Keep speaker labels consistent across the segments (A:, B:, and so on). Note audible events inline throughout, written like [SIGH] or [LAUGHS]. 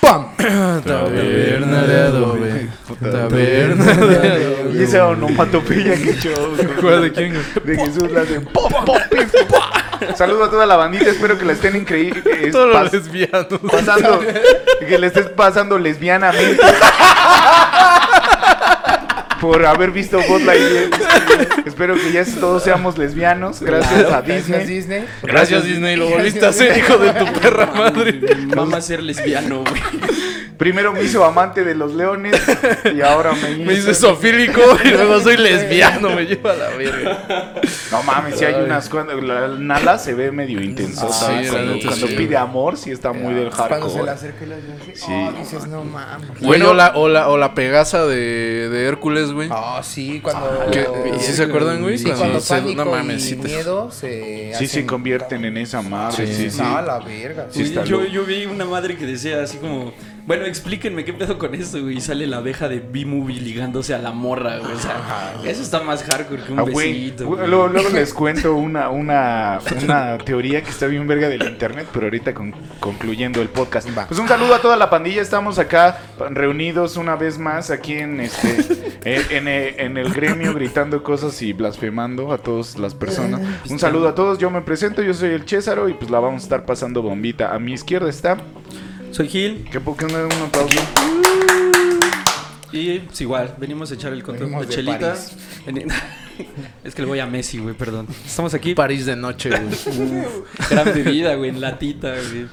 A: ¡Pam!
B: Taberna de adobe. Taberna de adobe.
C: Y esa onomatopeya que yo. [LAUGHS]
B: ¿Cuál de quién? güey?
C: De Jesús la de. pop, pop, pim, pum. Saludo a toda la bandita. Espero que la estén increíble.
B: Todos los lesbianos.
C: pasando. Que le estés pasando lesbianamente. Por haber visto Botlight. Espero que ya todos seamos lesbianos. Gracias a Disney.
A: Gracias, Disney.
B: Gracias, Disney. Lo volviste a hacer, hijo de tu perra madre.
D: Mamá ser lesbiano, güey.
C: Primero me hizo amante de los leones y ahora me hizo.
B: Me hice sofílico y luego soy lesbiano. Me lleva a la verga.
C: No mames, si hay unas cuando la Nala se ve medio intenso.
B: sí, la
C: cuando
B: neta
C: cuando
B: sí.
C: pide amor, sí está muy del
A: Cuando se le
C: hardcore.
A: acerca y le dice,
C: Sí.
A: oh, dices, no mames.
B: Bueno, o la, o la, o la pegasa de, de Hércules, güey.
A: Ah, sí, cuando.
B: ¿Qué? ¿Sí se acuerdan, güey?
A: Sí,
B: Cuando
A: cuando
B: se-
A: pánico
B: no mames,
A: y
B: sí te-
A: miedo se.
C: Sí
A: hacen-
C: se convierten en esa madre. Sí, sí.
A: No, la verga.
C: Sí, está
D: yo,
C: loco.
D: yo vi una madre que decía así como, bueno, explíquenme qué pedo con esto, güey. Y sale la abeja de B-Movie ligándose a la morra, güey. O sea, eso está más hardcore que un
C: Ah, güey,
D: besito.
C: güey,
D: güey.
C: luego, luego les cuento una, una, una teoría que está bien verga del internet, pero ahorita con- concluyendo el podcast.
A: Va.
C: Pues un saludo a toda la pandilla, estamos acá reunidos una vez más aquí en este en, en el- en el gremio gritando cosas y blasfemando a todas las personas. Un saludo a todos, yo me presento, yo soy el Césaro y pues la vamos a estar pasando bombita. A mi izquierda está,
D: Soy Gil
C: que por qué no es un aplauso?
D: y es igual, venimos a echar el control
A: Venimos de
D: de chelitas. Veni- [LAUGHS] es que le voy a Messi, güey, perdón. Estamos aquí.
B: París de noche, güey. [LAUGHS]
D: Gran bebida, güey, en latita, güey.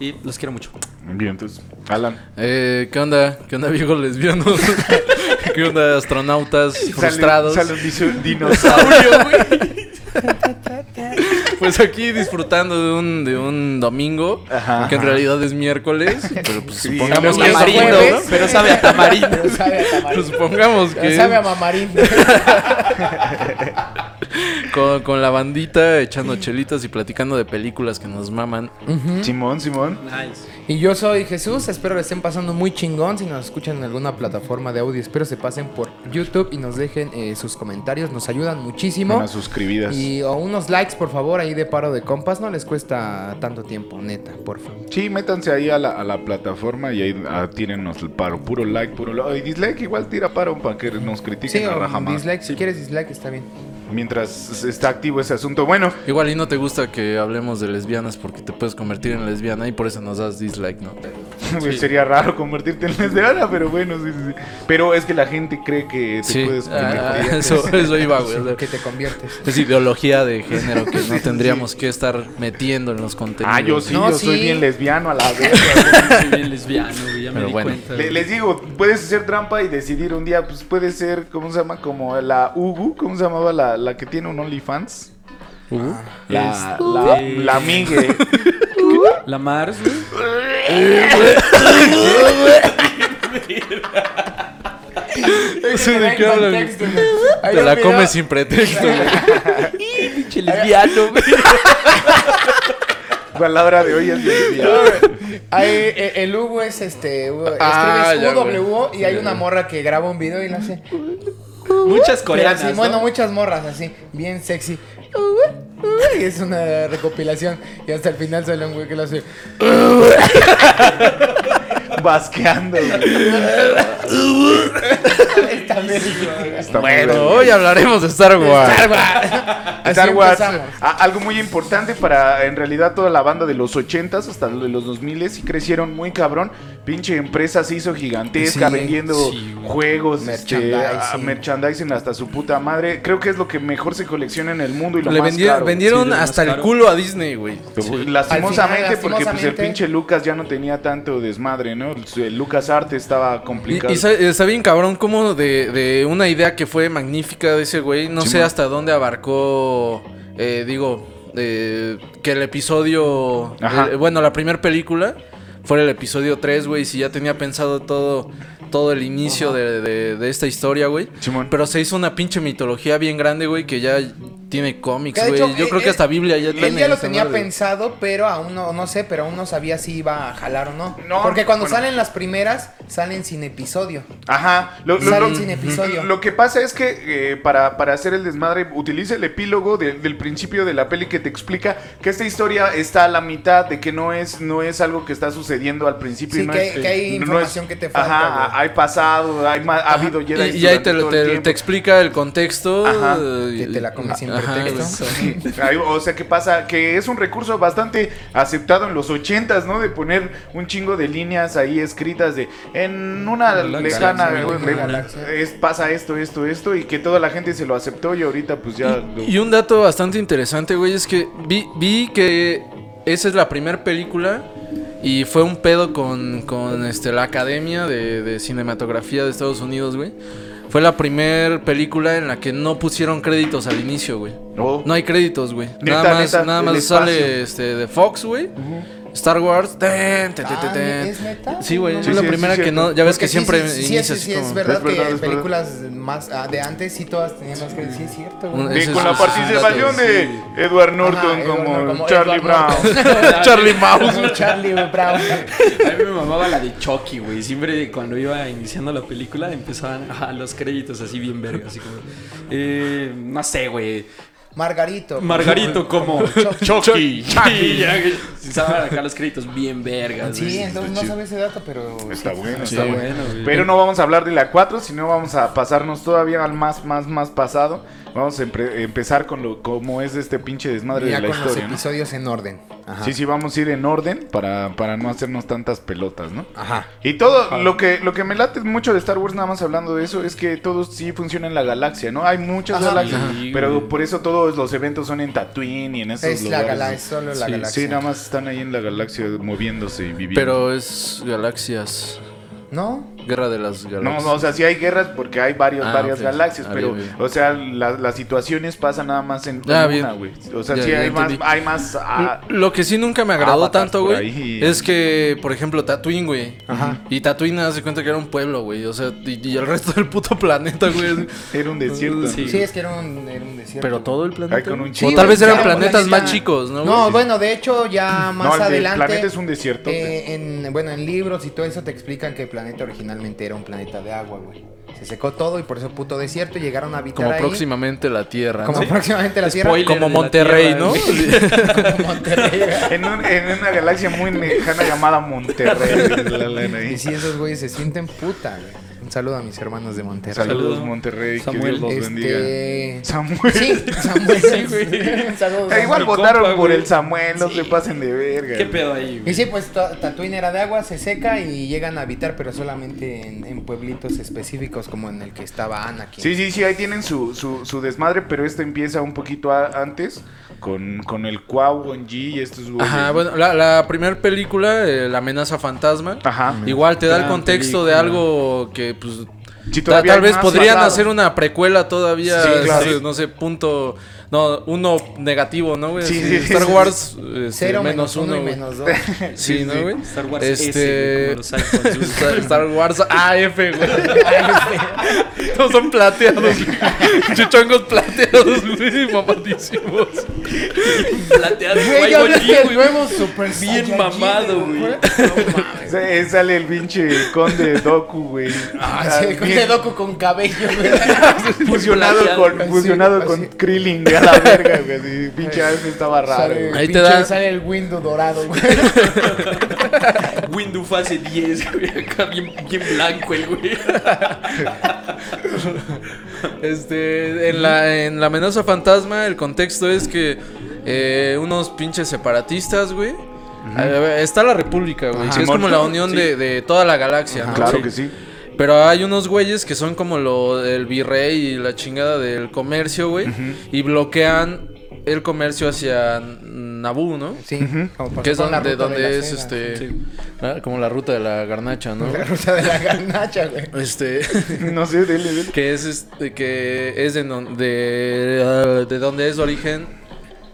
D: Y los quiero mucho.
C: Bien, entonces, Alan.
B: Eh, ¿Qué onda? ¿Qué onda, viejos lesbianos? [LAUGHS] ¿Qué onda, astronautas frustrados?
C: Sale, sale un diso- dinosaurio.
B: Pues aquí disfrutando de un, de un domingo,
C: Ajá.
B: que en realidad es miércoles, pero pues
C: Sí,
B: supongamos
C: luego
B: que es
A: Tamarindo,
D: Tamarindo,
B: domingo,
A: ¿no?
D: pero sabe a tamarindo.
A: Pero [LAUGHS] sabe a
B: ¿no? Pues
A: tamarindo.
B: supongamos que
A: Sabe a mamarindo.
B: con, con la bandita echando chelitas y platicando de películas que nos maman.
C: Simón, Simón.
D: Nice.
A: Y yo soy Jesús, espero le estén pasando muy chingón. Si nos escuchan en alguna plataforma de audio, espero se pasen por YouTube y nos dejen eh, sus comentarios, nos ayudan muchísimo.
C: Unas suscribidas.
A: Y o unos likes, por favor, ahí de paro de compas, no les cuesta tanto tiempo, neta, por favor.
C: Sí, métanse ahí a la, a la plataforma y ahí ah, tírennos el paro. Puro like, puro like. Y dislike igual tira paro para que nos critiquen
A: Sí,
C: a
A: o
C: raja más.
A: dislike, si quieres dislike está bien.
C: Mientras s- está activo ese asunto. Bueno,
B: Igual y no te gusta que hablemos de lesbianas porque te puedes convertir en lesbiana y por eso nos das dislike, ¿no?
C: pues sería raro convertirte en lesbiana, pero bueno, sí, sí, sí. Pero es que la gente cree que te
B: Sí,
C: puedes
B: ah, [LAUGHS]
C: convertir.
B: eso, eso iba, güey.
A: Sí,
B: o sea,
A: que
B: [LAUGHS]
A: te conviertes.
B: Es ideología de género que no tendríamos que estar metiendo en los contenidos.
C: Ah, yo sí,
A: No,
C: yo soy
A: sí.
C: bien lesbiano a la vez.
D: Soy bien lesbiano, güey, ya me
B: Pero
D: di
B: bueno.
D: cuenta.
C: Le-
D: güey.
C: les digo, puedes hacer trampa y decidir un día, pues puede ser, ¿cómo se llama? Como la Ugu, ¿cómo se llamaba la, la que tiene un OnlyFans? La, la,
D: Este-
C: la Migue.
D: La Mars, güey.
B: Eso de qué hablan. Te la comes sin pretexto, güey.
D: Pinche lesbiano, güey.
C: Palabra de hoy es lesbiana.
A: Ahí, eh, el Hugo es este. Hugo,
B: Ah, ya,
A: escribes
B: güey.
A: UWO y hay una morra que graba un video y
B: [LAUGHS]
A: la hace.
D: Muchas
A: Pero
D: coreanas.
A: así,
D: ¿no?
A: bueno, muchas morras así, bien sexy. Uh, uh, Y es una recopilación. Y hasta el final sale un güey que lo hace.
C: Basqueando.
A: [LAUGHS] Está bien.
C: Está muy
B: Bueno,
C: bien.
B: hoy hablaremos de Star Wars.
A: Star Wars. Así
C: Star Wars,
A: empezamos.
C: a- algo muy importante para en realidad toda la banda de los 80s hasta lo de los 2000s y crecieron muy cabrón. Pinche empresa se hizo gigantesca
A: Sí,
C: vendiendo
D: sí, güey.
C: juegos, este,
A: Merchandising.
C: a- merchandising hasta su puta madre. Creo que es lo que mejor se colecciona en el mundo y lo
B: Le
C: más
B: vendi-
C: caro.
B: vendieron
D: Sí, lo más
B: hasta el
D: caro.
B: culo a Disney, güey.
C: Lastimosamente, lastimosamente, porque pues, el
A: lastimosamente.
C: pinche Lucas ya no tenía tanto desmadre, ¿no? El Lucas Arte estaba
B: Y,
C: complicado.
B: y sa- está bien cabrón como de, de una idea que fue magnífica de ese güey. No sé
C: man.
B: hasta dónde abarcó, eh, digo, eh, que el episodio...
C: Ajá.
B: eh, bueno, la primera película fue el episodio 3, güey. Si ya tenía pensado todo, todo el inicio de, de- de esta historia, güey.
C: Simón.
B: Pero se hizo una pinche mitología bien grande, güey, que ya tiene cómics,
A: Que de
B: güey.
A: hecho,
B: Yo
A: eh,
B: creo que
A: eh,
B: hasta Biblia ya tiene.
A: Él ya lo
B: esa
A: tenía
B: madre.
A: pensado, pero aún no, no sé, pero aún no sabía si iba a jalar o no.
C: No,
A: Porque cuando
C: bueno.
A: salen las primeras, salen sin episodio.
C: Ajá. Lo, lo-
A: Salen
C: lo-
A: sin episodio.
C: lo que pasa es que eh, para, para hacer el desmadre utiliza el epílogo de- del principio de la peli que te explica que esta historia está a la mitad, de que no es, no es algo que está sucediendo al principio. y
A: Sí,
C: no
A: que-
C: es-
A: que
C: no-
A: hay
C: no
A: información que te falta,
C: Ajá,
A: güey.
C: hay pasado, hay ma- ha habido
B: Y,
C: Jedi.
B: y ahí te,
C: durante todo
B: te-
C: el tiempo.
B: te explica el contexto.
C: Ajá,
B: eh,
A: que te la comes sin
B: ajá,
A: pretexto.
B: güey.
C: [LAUGHS] Sí, ahí- o sea, que pasa que es un recurso bastante aceptado en los ochentas, ¿no? De poner un chingo de líneas ahí escritas de en una
D: Galaxia,
C: lejana
A: sí,
C: güey,
A: una
C: le-
A: galaxia.
C: es- pasa esto, esto, esto y que toda la gente se lo aceptó y ahorita pues ya lo-
B: Y un dato bastante interesante, güey, es que vi, vi que esa es la primera película y fue un pedo con, con, este, la Academia de, de Cinematografía de Estados Unidos, güey. Fue la primera película en la que no pusieron créditos al inicio, güey.
C: Oh.
B: No hay créditos, güey.
C: Neta,
B: Nada más,
C: neta,
B: nada
C: el
B: más
C: espacio.
B: sale este, de Fox, güey. Star Wars. ten, ten, ten, ten,
A: Ah,
B: ten.
A: ¿es neta?
B: Sí, güey.
A: No,
B: es
C: sí,
B: la
C: sí,
B: primera
C: sí,
B: que no.
C: cierto.
B: Ya ves
A: Porque
B: que siempre
A: sí, sí, sí,
B: inicia
A: sí,
B: así
A: sí,
B: como-
A: es verdad
C: Es verdad,
A: que
C: es verdad.
A: películas más ah, de antes sí todas tenían más que sí es cierto. güey.
B: Un-
C: Y
B: ese
C: con
B: es- ese
C: la
B: es un
C: participación
B: dato,
C: de Edward Norton
A: Ajá, Edward
C: como,
A: Norton, como
C: Charlie
A: Edward
C: Brown.
B: [LAUGHS]
A: Norton.
B: Charlie Mouse.
A: Como Charlie Brown.
D: A mí me mamaba la de Chucky, güey. Siempre cuando iba iniciando la película empezaban a los créditos así bien verga, así como... eh, no sé, güey.
A: Margarito. [LAUGHS]
D: Margarito como...
A: Chucky.
D: Chucky. Chucky. [LAUGHS] ya, güey. Estaban acá los créditos bien vergas,
A: Sí,
D: güey.
A: entonces no
C: chido.
A: sabía ese dato, pero.
C: Está
A: sí,
C: bueno,
A: sí,
C: está
A: sí,
C: bueno.
D: güey.
C: Pero no vamos a hablar de la 4, sino vamos a pasarnos todavía al más, más, más pasado. Vamos a empre- empezar con lo como es este pinche desmadre
A: Ya
C: de la
A: con los
C: historia. ¿no?
A: episodios en orden. Ajá.
C: Sí, sí, vamos a ir en orden para, para no hacernos tantas pelotas, ¿no?
A: Ajá.
C: Y todo, lo que, lo que me late mucho de Star Wars, nada más hablando de eso, es que todo sí funciona en la galaxia, ¿no? Hay muchas
A: Ajá.
C: galaxias,
D: Sí,
C: pero
D: güey.
C: por eso todos los eventos son en Tatooine y en esos
A: Es la
C: lugares,
A: gala-
C: ¿no?
A: es solo la
C: Sí,
A: galaxia.
C: Sí, nada más están ahí en la galaxia moviéndose y viviendo.
B: Pero es galaxias.
A: ¿No?
B: Guerra de las
C: No,
B: galaxias.
C: no, o sea, sí hay guerras porque hay varios,
B: Ah,
C: varias
B: ok.
C: galaxias,
B: Ah,
C: pero,
B: bien, bien.
C: o sea, la- las situaciones pasan nada más en
B: Ah,
C: en
B: bien.
C: una, güey. O sea,
B: Ya,
C: sí
B: ya
C: hay más,
B: entendí.
C: hay más... ah,
B: Lo que sí nunca me agradó
C: Avatars
B: tanto,
C: por
B: güey,
C: ahí.
B: es que, por ejemplo, Tatooine, güey.
A: Ajá.
B: Y Tatooine, haz de cuenta que era un pueblo, güey. O sea, y, y el resto del puto planeta, güey.
C: era un desierto.
D: Sí.
A: Sí, es que era un, era un desierto.
B: Pero todo el
C: Ahí
B: planeta.
C: con un
B: o
C: chingo
B: tal
C: de
B: vez eran
C: carros.
B: planetas
A: planeta-
B: más chicos, ¿no?
A: No,
B: güey?
A: bueno, de hecho ya
C: No,
A: más
C: el de
A: adelante.
C: planeta es un desierto.
A: eh, en, bueno, en libros y todo eso te explican que el planeta originalmente era un planeta de agua, güey. Se secó todo y por eso puto desierto y llegaron a habitar
B: Como
A: ahí,
B: próximamente la Tierra.
A: Como
B: ¿no?
A: próximamente la Tierra.
D: Spoiler
B: Como
D: de la
B: Monterrey,
D: Tierra,
B: ¿no?
D: güey.
A: como
C: [LAUGHS]
A: Monterrey. güey.
C: En, un- en una galaxia muy lejana llamada Monterrey. la- la- la-
A: Y si esos güeyes se sienten puta, güey. Un saludo a mis hermanos de Monterrey.
C: Saludos,
D: Saludo.
C: Monterrey. Que
D: Samuel.
C: Dios los bendiga.
A: Este...
C: Samuel.
A: Sí,
B: [LAUGHS]
A: Samuel.
D: Sí, güey.
A: [LAUGHS] Un saludo,
C: Eh, igual
A: Samuel.
D: Mi compa,
C: votaron por
D: güey.
C: el Samuel, no
D: Sí.
C: se pasen de verga.
D: ¿Qué pedo ahí,
A: Y
D: güey?
A: sí, pues Ta- Tatooine era de agua, se seca y llegan a habitar, pero solamente en, en pueblitos específicos como en el que estaba Anakin.
C: Sí, sí, sí, ahí tienen su, su, su desmadre, pero este empieza un poquito a- antes con, con el Kwao G y estos
B: [LAUGHS]
C: güeyes.
B: Ajá, bueno, la, primera película, eh, La amenaza fantasma.
C: Ajá.
B: Igual te da el
D: Gran
B: contexto de
D: película.
B: algo que, pues.
C: Sí,
B: ta-
C: todavía
B: tal
C: hay
B: vez
C: más
B: podrían
C: pasado.
B: hacer una precuela todavía.
C: Sí, claro.
B: este, No sé, punto. No, uno negativo, ¿no, güey?
C: Sí,
B: Así,
C: sí,
B: Star
C: sí,
B: Wars este,
A: Cero
B: menos
A: menos, uno,
B: uno,
A: y
B: güey.
A: menos dos.
B: Sí,
C: Sí,
B: ¿no,
C: sí.
B: güey?
D: Star Wars S,
B: Este.
D: güey, como los iPhones, güey.
B: [LAUGHS] Star, Star Wars AF,
C: [LAUGHS]
B: güey. Todos son plateados. güey. Chuchongos plateados, [LAUGHS] güey. Mamadísimos.
D: Plateado,
A: Güey,
D: güey,
A: ya
D: güey,
A: viste el
D: güey.
A: nuevo Super
D: Bien
A: Saiyajin,
D: mamado, güey.
C: Sí, eh, sale el pinche conde Doku, güey.
A: Ah, sí, con
C: bien
A: este Doku con cabello, güey.
C: Fusionado
D: plateado.
C: con, fusionado
A: Ah, Sí,
C: con
A: así.
C: Krillin, güey, a la verga, güey.
A: [LAUGHS]
C: así, pinche Alf estaba raro,
A: Sale,
C: güey.
B: Ahí te
A: pinche-
B: da-
A: sale el window dorado, güey.
D: Windows fase 10, güey. Acá bien, bien blanco el güey.
B: Este, en la, en la amenaza fantasma, el contexto es que eh, unos pinches separatistas, güey. eh, Está la República, güey.
A: Ajá.
B: que es como
C: Simón.
B: la unión de, de toda la galaxia. ¿no?
C: Claro que sí.
B: Pero hay unos güeyes que son como lo, el virrey y la chingada del comercio, güey. Y bloquean el comercio hacia Naboo, ¿no?
A: Sí, como pasó
B: Que es
A: con la
B: donde,
A: ruta
B: donde
A: de la
B: es
A: seda.
B: este.
D: Sí.
B: la- como la ruta de la garnacha, ¿no?
A: [LAUGHS] La ruta de la ganacha, güey.
B: Este.
C: No sé, dele, dele.
B: que es este, ah, que es de, non- de, de donde es de origen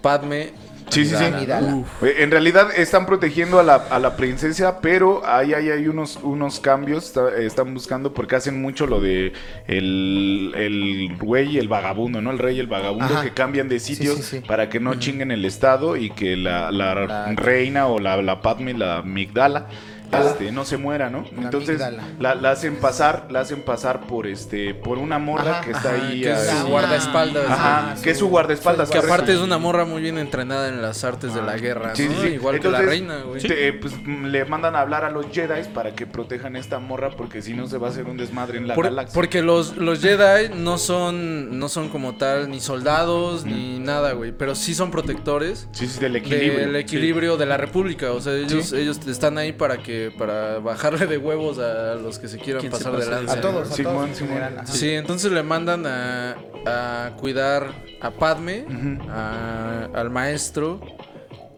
B: Padme
C: Sí, sí, sí.
A: Amidala.
C: Eh, En realidad están protegiendo a la, a la princesa, pero ahí, ahí hay unos, unos cambios. está- están buscando porque hacen mucho lo de el, el güey y el vagabundo, ¿no? El rey y el vagabundo
A: Ajá.
C: que cambian de
A: Sí,
C: sitios
A: sí, sí.
C: para que no chinguen el estado y que la, la
A: La-
C: reina o la, la Padme, la Migdala. Este, no se muera, ¿no?
A: La
C: Entonces
A: Amigdala.
C: la, la hacen pasar, la hacen pasar por este, por una morra
A: Ajá,
C: que está ahí.
B: que es
C: ah,
B: su
A: sí.
B: guardaespaldas.
C: Ajá,
A: Ah, sí.
C: que es su guardaespaldas.
B: Que
C: ahora-
B: aparte es una morra muy bien entrenada en las artes de la guerra,
C: Sí,
B: ¿no?
C: sí, sí.
B: Igual que
C: Entonces,
B: la reina, güey.
C: te- pues, mm, le mandan a hablar a los Jedi para que protejan esta morra porque si no se va a hacer un desmadre en la
B: Por-
C: galaxia.
B: porque los, los Jedi no son, no son como tal ni soldados ni nada, güey. Pero sí son protectores
C: sí, sí, del equilibrio.
B: del equilibrio de la república. O sea, ellos, ellos están ahí para que, para bajarle de huevos a los que se quieran
D: ¿Quién se
B: pasar de
D: pasa de
B: lanza.
A: A todos, a
C: Simón,
A: todos en
C: Simón.
A: general, ajá.
B: Sí, entonces le mandan a, a cuidar a Padme, a- al maestro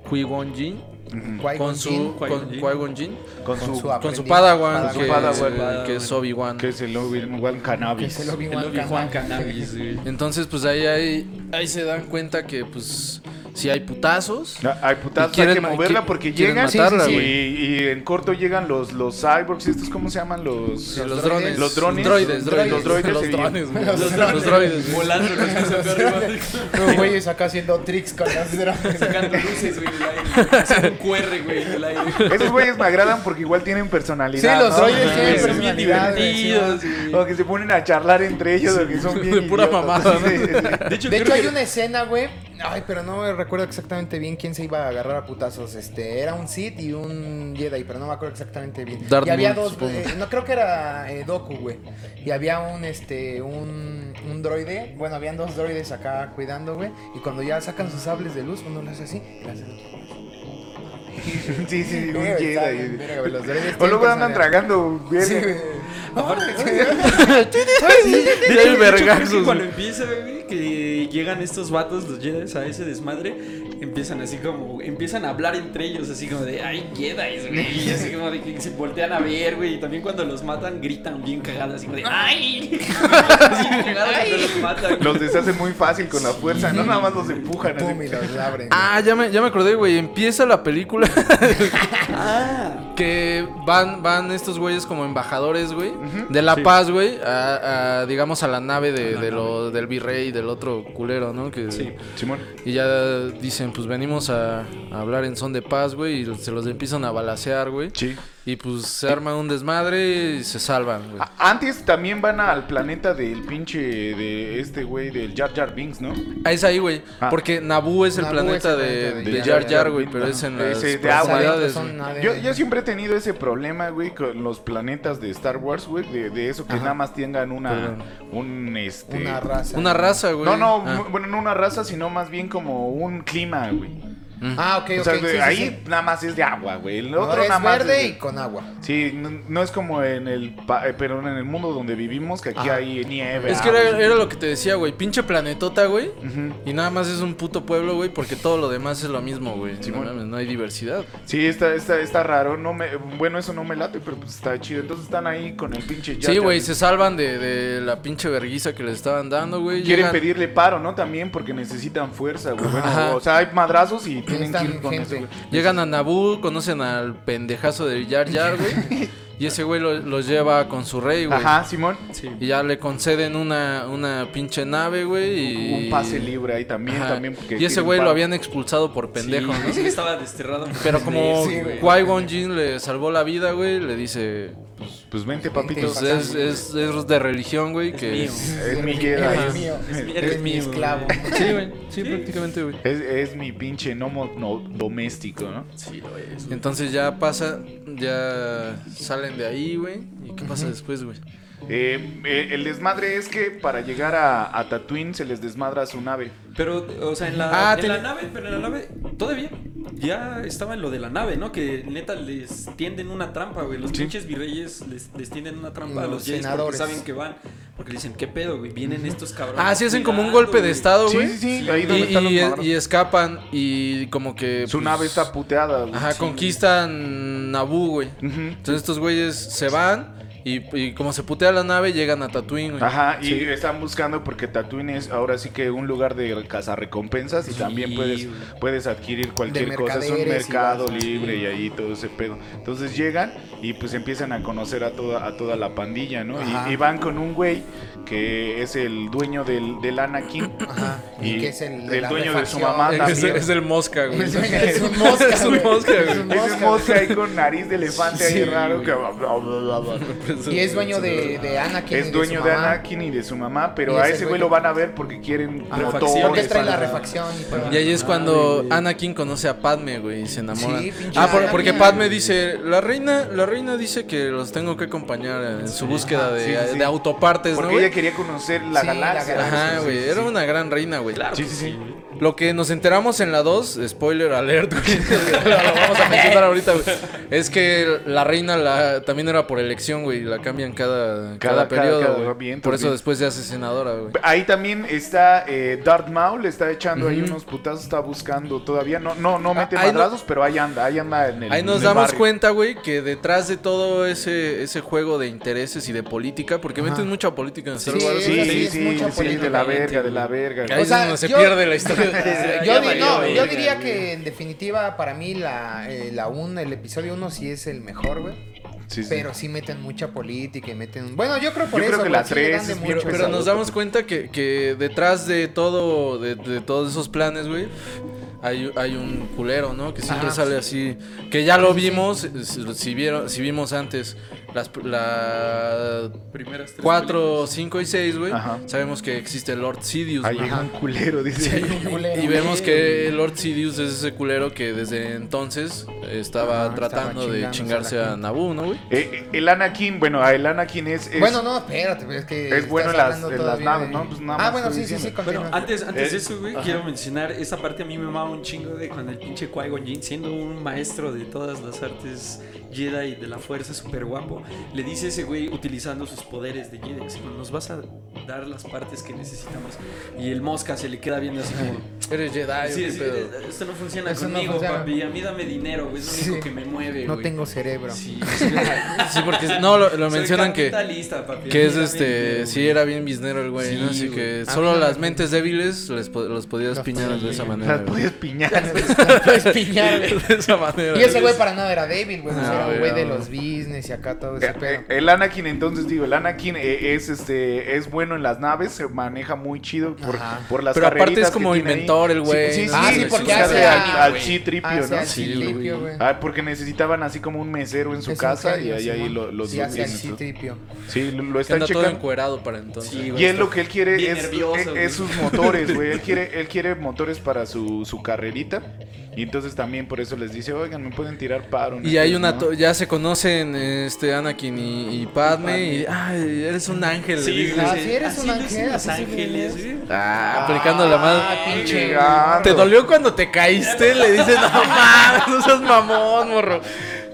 B: Qui-Gon Jinn,
A: Qui-Gon
B: con su
A: Jinn,
B: con
D: Qui-Gon Jinn.
B: Qui-Gon Jinn,
C: Con, su,
B: con su
A: aprendiz.
B: Padawan,
C: Con su
B: que,
C: Padawan.
B: es- que es Obi-Wan.
C: que es el Obi-Wan
A: Que es
C: Cannabis.
A: el
D: El
A: Obi-Wan
D: Obi-Wan
A: Kenobi.
D: Cannabis, güey.
B: Entonces, pues ahí hay, ahí se dan cuenta que pues si hay putazos.
C: Ah, Hay putas,
B: Y quieren
C: hay que
B: ma-
C: moverla
B: qui-
C: porque
B: quieren
C: llegan
B: matarla,
C: y,
B: güey.
C: y en corto llegan los, los cyborgs, ¿estos cómo se llaman? Los,
B: Los, drones,
A: los droides.
C: los drones,
B: droides, droides,
C: los droides,
B: los
C: sí.
B: drones, güey.
A: Los
B: los
A: drones.
B: droides, [LAUGHS] güey.
D: Volando los que se arriba.
A: [LAUGHS] Los güeyes acá haciendo tricks con las drogas.
D: [LAUGHS] Sacando luces, güey, del
A: [LAUGHS]
D: aire. Haciendo un QR, güey, del aire.
C: Esos güeyes me agradan porque igual tienen
A: Sí,
C: personalidad.
A: los
C: ¿no?
A: droides tienen
D: Son bien
A: personalidad. güey, sí, va.
D: divertidos,
C: O
D: güey.
C: que se ponen a charlar entre ellos, o que son bien
B: De pura
C: idiotas.
B: mamada, ¿no?
C: [LAUGHS] Sí, sí, sí.
D: De hecho,
A: De
D: creo
A: hecho, hay
D: que-
A: una escena, güey. Ay, pero no recuerdo exactamente bien quién se iba a agarrar a putazos. Este, era un Sith y un Jedi, pero no me acuerdo exactamente bien.
B: Darth
A: y había
B: Maul,
A: dos,
B: supongo.
A: eh, no creo que era eh, Doku, güey. Y había un, este, un, un droide. Bueno, habían dos droides acá cuidando, güey. Y cuando ya sacan sus sables de luz, uno lo hace así y le hace el
C: [LAUGHS]
A: otro.
C: Sí, sí, un
A: Verga,
C: Jedi.
A: está bien, verga, güey, los droides
C: O luego
A: tienen
C: andan
A: personalidad.
C: tragando eh, verga.
A: Sí, güey.
D: De hecho,
B: Hay
D: de hecho, creo que
B: vergazos,
D: cuando
B: güey.
D: empieza, güey, que llegan estos vatos, los Jedi, a ese desmadre, empiezan así como, empiezan a hablar entre ellos, así como de, ay, Jedi, güey, y así como de que se voltean a ver, güey, y también cuando los matan, gritan bien cagadas, así como de, ay, [LAUGHS] bien cagadas cuando los matan.
C: Los deshacen muy fácil con la fuerza, no nada más los empujan. así.
A: Pum, y los abren.
B: Ah, ya me, ya me acordé, güey. Empieza la película. [LAUGHS] que van, van estos güeyes como embajadores, güey. de La Paz, güey. A, a, digamos a la nave de, de lo- del virrey, del otro culero, ¿no? Que,
D: Sí.
C: Simón.
B: Y ya dicen, pues venimos a, a hablar en son de paz, güey. Y se los empiezan a balasear, güey.
C: Sí.
B: Y pues se arma un desmadre y se salvan, güey.
C: A- Antes también van al planeta del pinche de este güey del Jar Jar Binks, ¿no?
B: Ah, es ahí, güey.
C: Ah.
B: Porque Naboo es el
A: Naboo
B: planeta
A: es el
B: de,
A: planeta
B: de
C: de
B: Jar
C: Jar
B: Jar,
C: Jar,
B: güey. Pero es en
C: Ajá.
B: las
C: Ese de agua,
B: profundidades,
A: son
B: güey.
A: ADN.
C: Yo, yo siempre he tenido ese problema, güey, con los planetas de Star Wars, güey, de, de eso que nada más tengan una
B: Perdón.
C: un este
A: Una raza.
B: Una raza, güey.
C: No, no,
B: Ah.
C: mu- bueno, no una raza, sino más bien como un clima, güey.
A: Ah, ok, ok.
C: O sea,
A: sí,
C: güey,
A: sí,
C: ahí
A: sí.
C: nada más es de agua, güey. El
A: No,
C: otro nada
A: es
C: más es
A: verde
C: de-
A: y con agua.
C: Sí, no, no es como en el, pa- eh, pero en el mundo donde vivimos que aquí
A: Ajá.
C: hay nieve.
B: Es que
C: agua.
B: era, era lo que te decía, güey. Pinche planetota, güey.
C: Ujú.
B: Y nada más es un puto pueblo, güey, porque todo lo demás es lo mismo, güey. No
C: Simón.
B: mames, no hay diversidad.
C: Sí, está, está, está raro. No me, bueno, eso no me late, pero pues está chido. Entonces están ahí con el pinche. Jar
B: sí,
C: Jar
B: güey,
C: Binks.
B: se salvan de, de la pinche verguiza que les estaban dando, güey.
C: Quieren
B: Llegan-
C: pedirle paro, ¿no? También porque necesitan fuerza, güey. Bueno,
B: Ajá.
C: o sea, hay madrazos y tienen que
A: Necesitan
C: ir con eso,
A: gente.
C: güey.
B: Llegan a Naboo, conocen al pendejazo de Jar Jar,
C: [LAUGHS]
B: güey. y ese güey lo- los lleva con su rey, güey.
C: Ajá, Simón.
D: Sí.
B: Y ya le conceden una, una pinche nave, güey. Y...
C: Un pase libre ahí también,
B: Ajá.
C: también. porque
B: Y ese
C: quieren
B: güey lo
C: paro.
B: habían expulsado por pendejo,
D: Sí,
B: ¿no?
D: sí, estaba desterrado.
B: Pero como
A: Sí, güey.
B: Qui-Gon Jinn le salvó la vida, güey, le dice...
C: Pues vente, papito.
B: Pues es, es, es de religión, güey, que...
D: mío.
C: Es mi Jedi.
A: Es mío.
D: Es mi-
A: Eres mi
D: mío,
A: esclavo.
D: güey.
B: Sí, güey. Sí, prácticamente, güey.
C: [LAUGHS] Es, es mi pinche gnomo no, doméstico, ¿no?
D: Sí, lo es.
B: Entonces ya pasa, ya salen de ahí, güey. ¿Y qué pasa después, güey?
C: Eh, eh, el desmadre es que para llegar a, a Tatooine se les desmadra su nave.
D: Pero, o sea, en la,
B: Ah,
D: en
B: te-
D: la nave, pero en la nave, todavía ya estaba en lo de la nave, ¿no? Que neta les tienden una trampa, güey. Los pinches virreyes les, les tienden una trampa a
A: Los
D: los Jedi porque
A: senadores.
D: saben que van. Porque le dicen, ¿qué pedo, güey? Vienen estos cabrones.
B: Ah, sí hacen como un
D: cuidando,
B: golpe de
D: güey".
B: estado,
C: Sí,
B: ¿Oh, güey.
C: sí, sí.
D: Sí.
C: Ahí donde
B: Y,
C: están los
B: y-
C: madrazos.
B: y escapan y como que...
C: Su
B: pues,
C: nave está puteada. güey.
B: Ajá, conquistan Naboo, güey.
C: Ujú.
B: Entonces estos güeyes se van Y, y como se putea la nave, llegan a Tatooine, güey.
C: Ajá, y
B: Sí.
C: están buscando porque Tatooine es ahora sí que un lugar de cazarrecompensas y también puedes, puedes adquirir cualquier
A: De
C: cosa. Es un
A: mercaderes y
C: mercado
A: vas-
C: libre y ahí todo ese pedo. Entonces llegan y pues empiezan a conocer a toda, a toda la pandilla, ¿no?
A: Ajá.
C: Y, y van con un güey que es el dueño del, del Anakin.
A: Ajá. Y,
C: Y
A: que es el,
C: el
A: la
C: dueño de su
A: refacción.
C: mamá
B: Es, es-
C: también.
B: es el mosca, güey.
A: Es, es un mosca.
B: [LAUGHS] Es un
A: güey.
B: mosca, güey.
A: Es un
C: Ese
A: mosca,
C: mosca ahí con nariz de elefante
B: Sí,
C: ahí raro
B: güey.
C: que...
A: güey. Y es dueño de, de Anakin. y
C: Es dueño
A: su
C: de,
A: mamá.
C: Anakin y de su mamá,
A: Y
C: pero
A: es
C: a
A: el
C: ese
A: güey
C: güey
A: que-
C: lo van a ver porque quieren
B: Ah,
C: motores.
A: Porque trae la
C: para-
A: refacción y todo.
B: Y ahí es cuando Anakin conoce a Padme, güey, y se enamora.
A: Sí, pinche
B: ah, por-
A: Anakin.
B: porque Padme dice, la reina, la reina dice que los tengo que acompañar en su búsqueda de,
C: sí, sí, sí.
B: de autopartes,
C: Porque
B: ¿no? güey?
C: ella quería conocer la
A: Sí, la
C: galaxia.
A: galaxia.
B: Ajá, güey, era una gran reina, güey.
C: Sí, sí, sí.
B: Lo que nos enteramos en la 2, spoiler alert, güey, [LAUGHS] lo vamos a mencionar ahorita, güey, es que la reina la, también era por elección, güey, la cambian cada, cada,
C: Cada- cada-
B: periodo,
C: cada-
B: güey.
C: bien,
B: por eso
C: bien.
B: después se hace senadora, güey.
C: Ahí también está eh, Darth Maul, está echando ahí unos putazos, está buscando todavía. No, no, no mete
B: ahí no-
C: madrazos, pero ahí anda, ahí anda en el.
B: Ahí nos
C: en el
B: damos
C: barrio.
B: cuenta, güey, que detrás de todo ese, ese juego de intereses y de política, porque meten mucha política en Star
A: Sí,
B: Wars,
C: Sí,
B: güey.
A: Sí,
C: sí,
A: es
C: sí,
A: mucha
C: sí, de la verga, de la verga.
B: Ahí
A: O
B: es
A: sea,
B: donde se
A: yo-
B: pierde la historia.
A: [LAUGHS] Yo, di-
B: diría
A: no, yo diría que en definitiva para mí la, eh, la un, el episodio 1 sí es el mejor, güey.
C: Sí, sí.
A: Pero sí meten mucha política y meten... Bueno, yo creo por
C: Yo
A: eso,
C: creo que
A: güey,
C: la
A: sí le dan
C: tres
A: de
C: es
A: mucho.
B: Pero,
C: mucho
B: pero nos damos cuenta que, que detrás de todo, de, de todos esos planes, güey, hay, hay un culero, ¿no? Que siempre
A: Ajá,
B: sale así. Que ya lo vimos, si, si vieron, si vimos antes las, pr- la
D: Primeras tres
B: 4, 5 y 6, güey,
C: Ajá.
B: sabemos que existe Lord Sidious,
C: Ahí
B: güey.
C: llega un culero, dice.
B: Y vemos que Lord Sidious es ese culero que desde entonces estaba
A: Ajá,
B: tratando
A: estaba
B: de
A: chingándose
B: chingarse
A: a la
B: a Naboo, ¿no, güey?
C: Eh, eh, el Anakin, bueno, el Anakin es. es-
A: Bueno, no, espérate, pero es que...
C: Es bueno en
A: estás
C: las-
A: hablando
C: en las
A: todavía
C: naves,
A: de-
C: ¿no? Pues nada
A: ah,
C: más
A: bueno,
C: estoy
A: sí, sí, sí,
C: diciendo.
A: continúa.
D: Antes, antes de
C: Eh,
D: eso, güey, quiero mencionar esa parte a mí me mama un chingo de cuando el pinche Qui-Gon Jinn, siendo un maestro de todas las artes Jedi y de la fuerza, súper guapo, le dice a ese güey utilizando sus poderes de Jedi, así como, nos vas a dar las partes que necesitamos. Y el mosca se le queda viendo así como,
B: Eres Jedi,
D: sí,
B: ¿o qué
D: sí,
B: pedo?
D: eh, esto no funciona
A: Eso no
D: conmigo,
A: funciona.
D: papi, a mí dame dinero, güey, es lo único
A: Sí.
D: que me mueve,
A: no
D: güey".
A: tengo cerebro. [LAUGHS]
D: Sí, sí,
B: [LAUGHS] Sí, porque no, lo, lo
D: soy
B: mencionan que,
D: capitalista, papi, a
B: que
D: mí
B: es
D: dame
B: este,
D: dinero,
B: sí
D: güey.
B: era bien biznero el güey,
D: Sí,
B: ¿no? Así
D: güey.
B: que
A: A
B: solo
A: mí no
B: las
A: me-
B: mentes débiles les po- los podías
A: Los
B: piñar de
A: podías
B: esa
A: piñar.
B: manera.
C: [LAUGHS] Las
B: güey.
C: podías piñar.
B: [LAUGHS] de esa manera.
A: Y ese güey pues, para nada era débil, güey.
B: No,
A: era un
B: güey,
A: güey de
B: no.
A: los business y acá todo ese
C: Eh,
A: pedo.
C: eh, El Anakin, entonces digo, el Anakin eh, es este es bueno en las naves, se maneja muy chido por,
A: Ajá.
C: por las
B: Pero aparte es
C: carreritas que
B: como
C: tiene ahí.
B: inventor el güey.
C: Sí, sí,
B: ¿no?
C: sí,
A: Ah, sí,
C: sí,
A: porque
C: porque
A: hace
C: al,
A: a-
C: al Citripio,
A: Ah, sí,
C: ¿no?
A: al
B: Sí,
A: Citripio,
B: güey.
A: güey.
C: Ah, porque necesitaban así como un mesero en su
A: Es un
C: casa y
A: genio,
C: ahí, ahí
A: Simón.
C: lo, lo
A: Sí, hace al
C: tienen, ¿no?
A: Citripio.
C: Sí, lo, lo
B: Que
C: están
B: anda todo
C: checando.
B: encuerado para entonces.
D: Sí, güey,
C: Y él
D: está
C: lo que él quiere
D: bien
C: es,
D: nervioso,
C: es-
D: güey.
C: es sus
B: [LAUGHS]
C: motores, güey. Él quiere, él quiere motores para su, su carrerita. Y entonces también por eso les dice, oigan, me pueden tirar paro.
B: Y hay
C: neta,
B: una,
C: ¿no?"
B: to- ya se conocen este Anakin y, y Padme y ay, eres un ángel, le
D: Sí,
B: dice.
D: güey,
A: Ah, sí, eres un
D: así lo
A: ángel,
D: hicieron Los
A: así se
D: Ángeles,
A: ve.
D: güey.
B: Ah, aplicando la
A: Ah,
B: madre.
A: pinche
C: Llegando.
B: ¿Te dolió cuando te caíste? Le dice, no mames, no seas mamón, morro.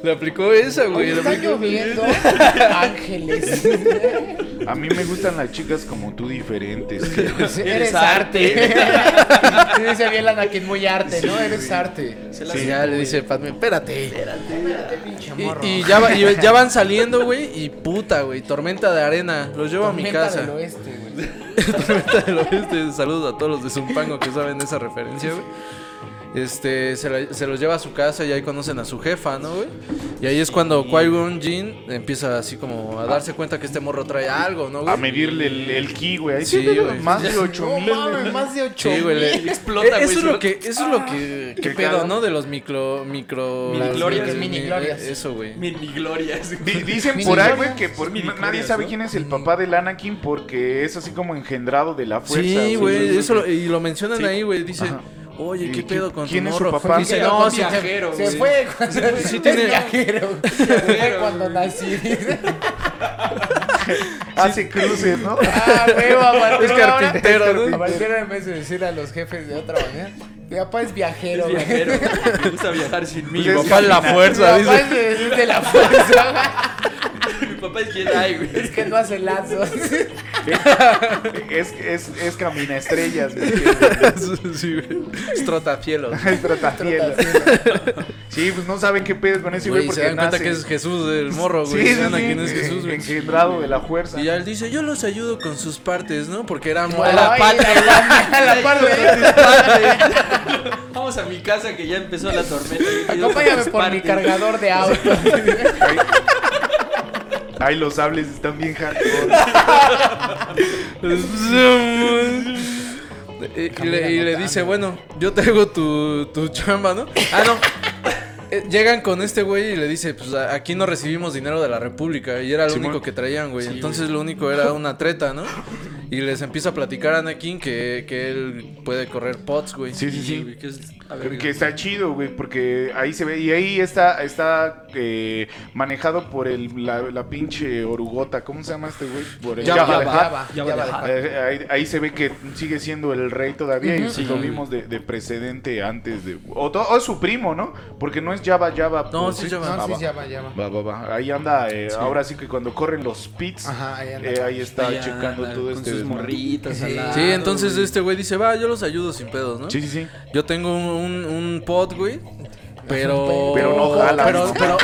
B: Le aplicó esa, güey.
A: Oye,
B: le
A: está
B: aplicó-
A: [LAUGHS] lloviendo ángeles.
C: A mí me gustan las chicas como tú diferentes.
A: Eres arte.
D: arte.
A: [LAUGHS] Sí, dice bien la Anakin, muy arte, ¿no? Eres arte.
D: Se la
B: Sí,
D: hace,
B: ya le
D: güey.
B: dice Padme, espérate.
A: Pinche
B: Y,
A: morro.
B: y ya, va- y ya van saliendo, güey, y puta, güey, tormenta de arena. Los llevo
A: Tormenta
B: a mi casa. [LAUGHS]
A: del oeste, güey.
B: tormenta del oeste. Saludos a todos los de Zumpango que saben esa referencia, güey. Este, se, la- se los lleva a su casa y ahí conocen a su jefa, ¿no, güey? Y ahí es cuando Qui-Gon Jinn empieza así como a darse cuenta que este morro trae algo, ¿no, güey?
C: A medirle el, el ki, güey. Ahí
B: Sí,
C: sí, tiene
B: güey.
C: más de
B: Ya-
C: 8
A: No
C: mil.
A: mames, más de ocho.
B: Sí, [LAUGHS] güey, le-
D: Explota,
B: Eh,
D: güey,
B: Eso es
D: solo-
B: lo que, eso es lo que, qué
C: Qué
B: pedo,
C: cagado.
B: ¿no? De los micro, micro.
D: Mini
B: las-
D: glorias,
B: las-
A: mini
B: eh,
A: glorias.
B: Eso, güey.
D: Mi, mi gloria. sí.
C: Di- Dicen
A: Mini
C: por ahí,
A: glorias.
C: güey, que por-
D: Mini
C: nadie
D: glorias,
C: sabe
D: ¿no?
C: quién es el papá del Anakin porque es así como engendrado de la fuerza. o
B: Sí,
C: sea,
B: güey,
C: es-
B: eso lo- y lo mencionan
C: Sí.
B: ahí, güey. Dice,
C: Ajá.
B: oye,
C: ¿Y
B: ¿qué
C: qui-
B: pedo con tu
C: quién es su
B: morro?
C: papá?
B: Dice,
A: Porque
D: Era
B: no,
D: con
B: sí,
D: viaje. viajero,
A: se
D: güey.
A: fue cuando
B: Sí
A: [LAUGHS] es
B: tiene-
A: [LAUGHS] viajero. Se fue
D: Viajero,
A: cuando
D: güey.
A: nací. dice.
C: Hace cruces,
B: [LAUGHS]
C: ¿no?
A: [LAUGHS] Ah, huevo, aparte
B: Es
A: de ahora-
B: carpintero, ¿no?
A: A partir de en vez de decir a los jefes de otra manera, mi papá es viajero,
D: Es
A: güey. [LAUGHS]
D: [LAUGHS]
C: [LAUGHS]
D: viajero. Me gusta viajar sin mí.
B: mi
C: Pues
D: güey.
C: es-
B: papá en la
A: Mi
B: fuerza,
A: papá
B: dice.
A: es de, es de la fuerza, [LAUGHS]
D: Mi papá es Jedi, güey.
C: [LAUGHS]
A: es que no hace lazos.
C: Es, es, es camina estrellas, güey.
B: [LAUGHS] sí, güey. Es trotacielos.
C: Es tratacielos. Sí, pues no saben qué pedo con ese güey
B: Güey,
C: porque
B: se dan cuenta
C: nace.
B: que es Jesús el morro,
C: Sí,
B: güey.
C: sí,
B: se dan a
C: sí,
B: quién es Jesús, güey.
C: Engendrado de la fuerza.
B: Y ya él dice, yo los ayudo con sus partes, ¿no? Porque era mo-
A: Ay,
B: la pata.
A: la, la
D: [LAUGHS]
A: parte.
D: Vamos a mi casa que ya empezó la tormenta.
A: Acompáñame por mi cargador de auto.
C: Ay, ay, los sables están bien hardcore.
B: Pues, eh, Y, y le, y le dice, bueno, yo te hago tu, tu chamba, ¿no? Ah, no. Eh, Llegan con este güey y le dice, pues a- aquí no recibimos dinero de la República. Y era lo
C: Simón.
B: único que traían, güey. Entonces lo único era una treta, ¿no? Y les empieza a platicar a Anakin que, que él puede correr pots, güey.
C: Sí, sí, sí.
D: Que es- a ver,
C: Que está chido, güey, porque ahí se ve. Y ahí está, está eh, manejado por el, la, la pinche orugota. ¿Cómo se llama este güey? Por el
B: Jabba
C: Jabba
B: the
C: the
B: Hutt.
C: Hutt.
A: Ya va, ya va.
C: Eh, ahí, ahí se ve que sigue siendo el rey todavía y
D: Sí.
C: lo vimos de, de precedente antes de... O, to- o es su primo, ¿no? Porque no es Java Java.
B: No,
C: ¿o
B: sí es Jabba.
C: Ah,
A: No, sí,
C: va.
A: ya va, ya va.
C: Va, va, va. Ahí anda, eh, ahora sí que cuando corren los pits,
A: Ajá, ahí anda.
C: eh, ahí está
D: allá,
C: checando
D: la-
C: todo
D: con
C: este...
D: sus
C: desmadre.
D: morritas. al
A: Sí.
D: lado,
B: Sí, entonces
D: güey.
B: este güey dice, va, yo los ayudo sin pedos, ¿no?
C: Sí, sí, sí.
B: Yo tengo un, un, un pod, güey. Pero.
C: Pero no jala,
B: Pero,
C: ¿no?
B: pero,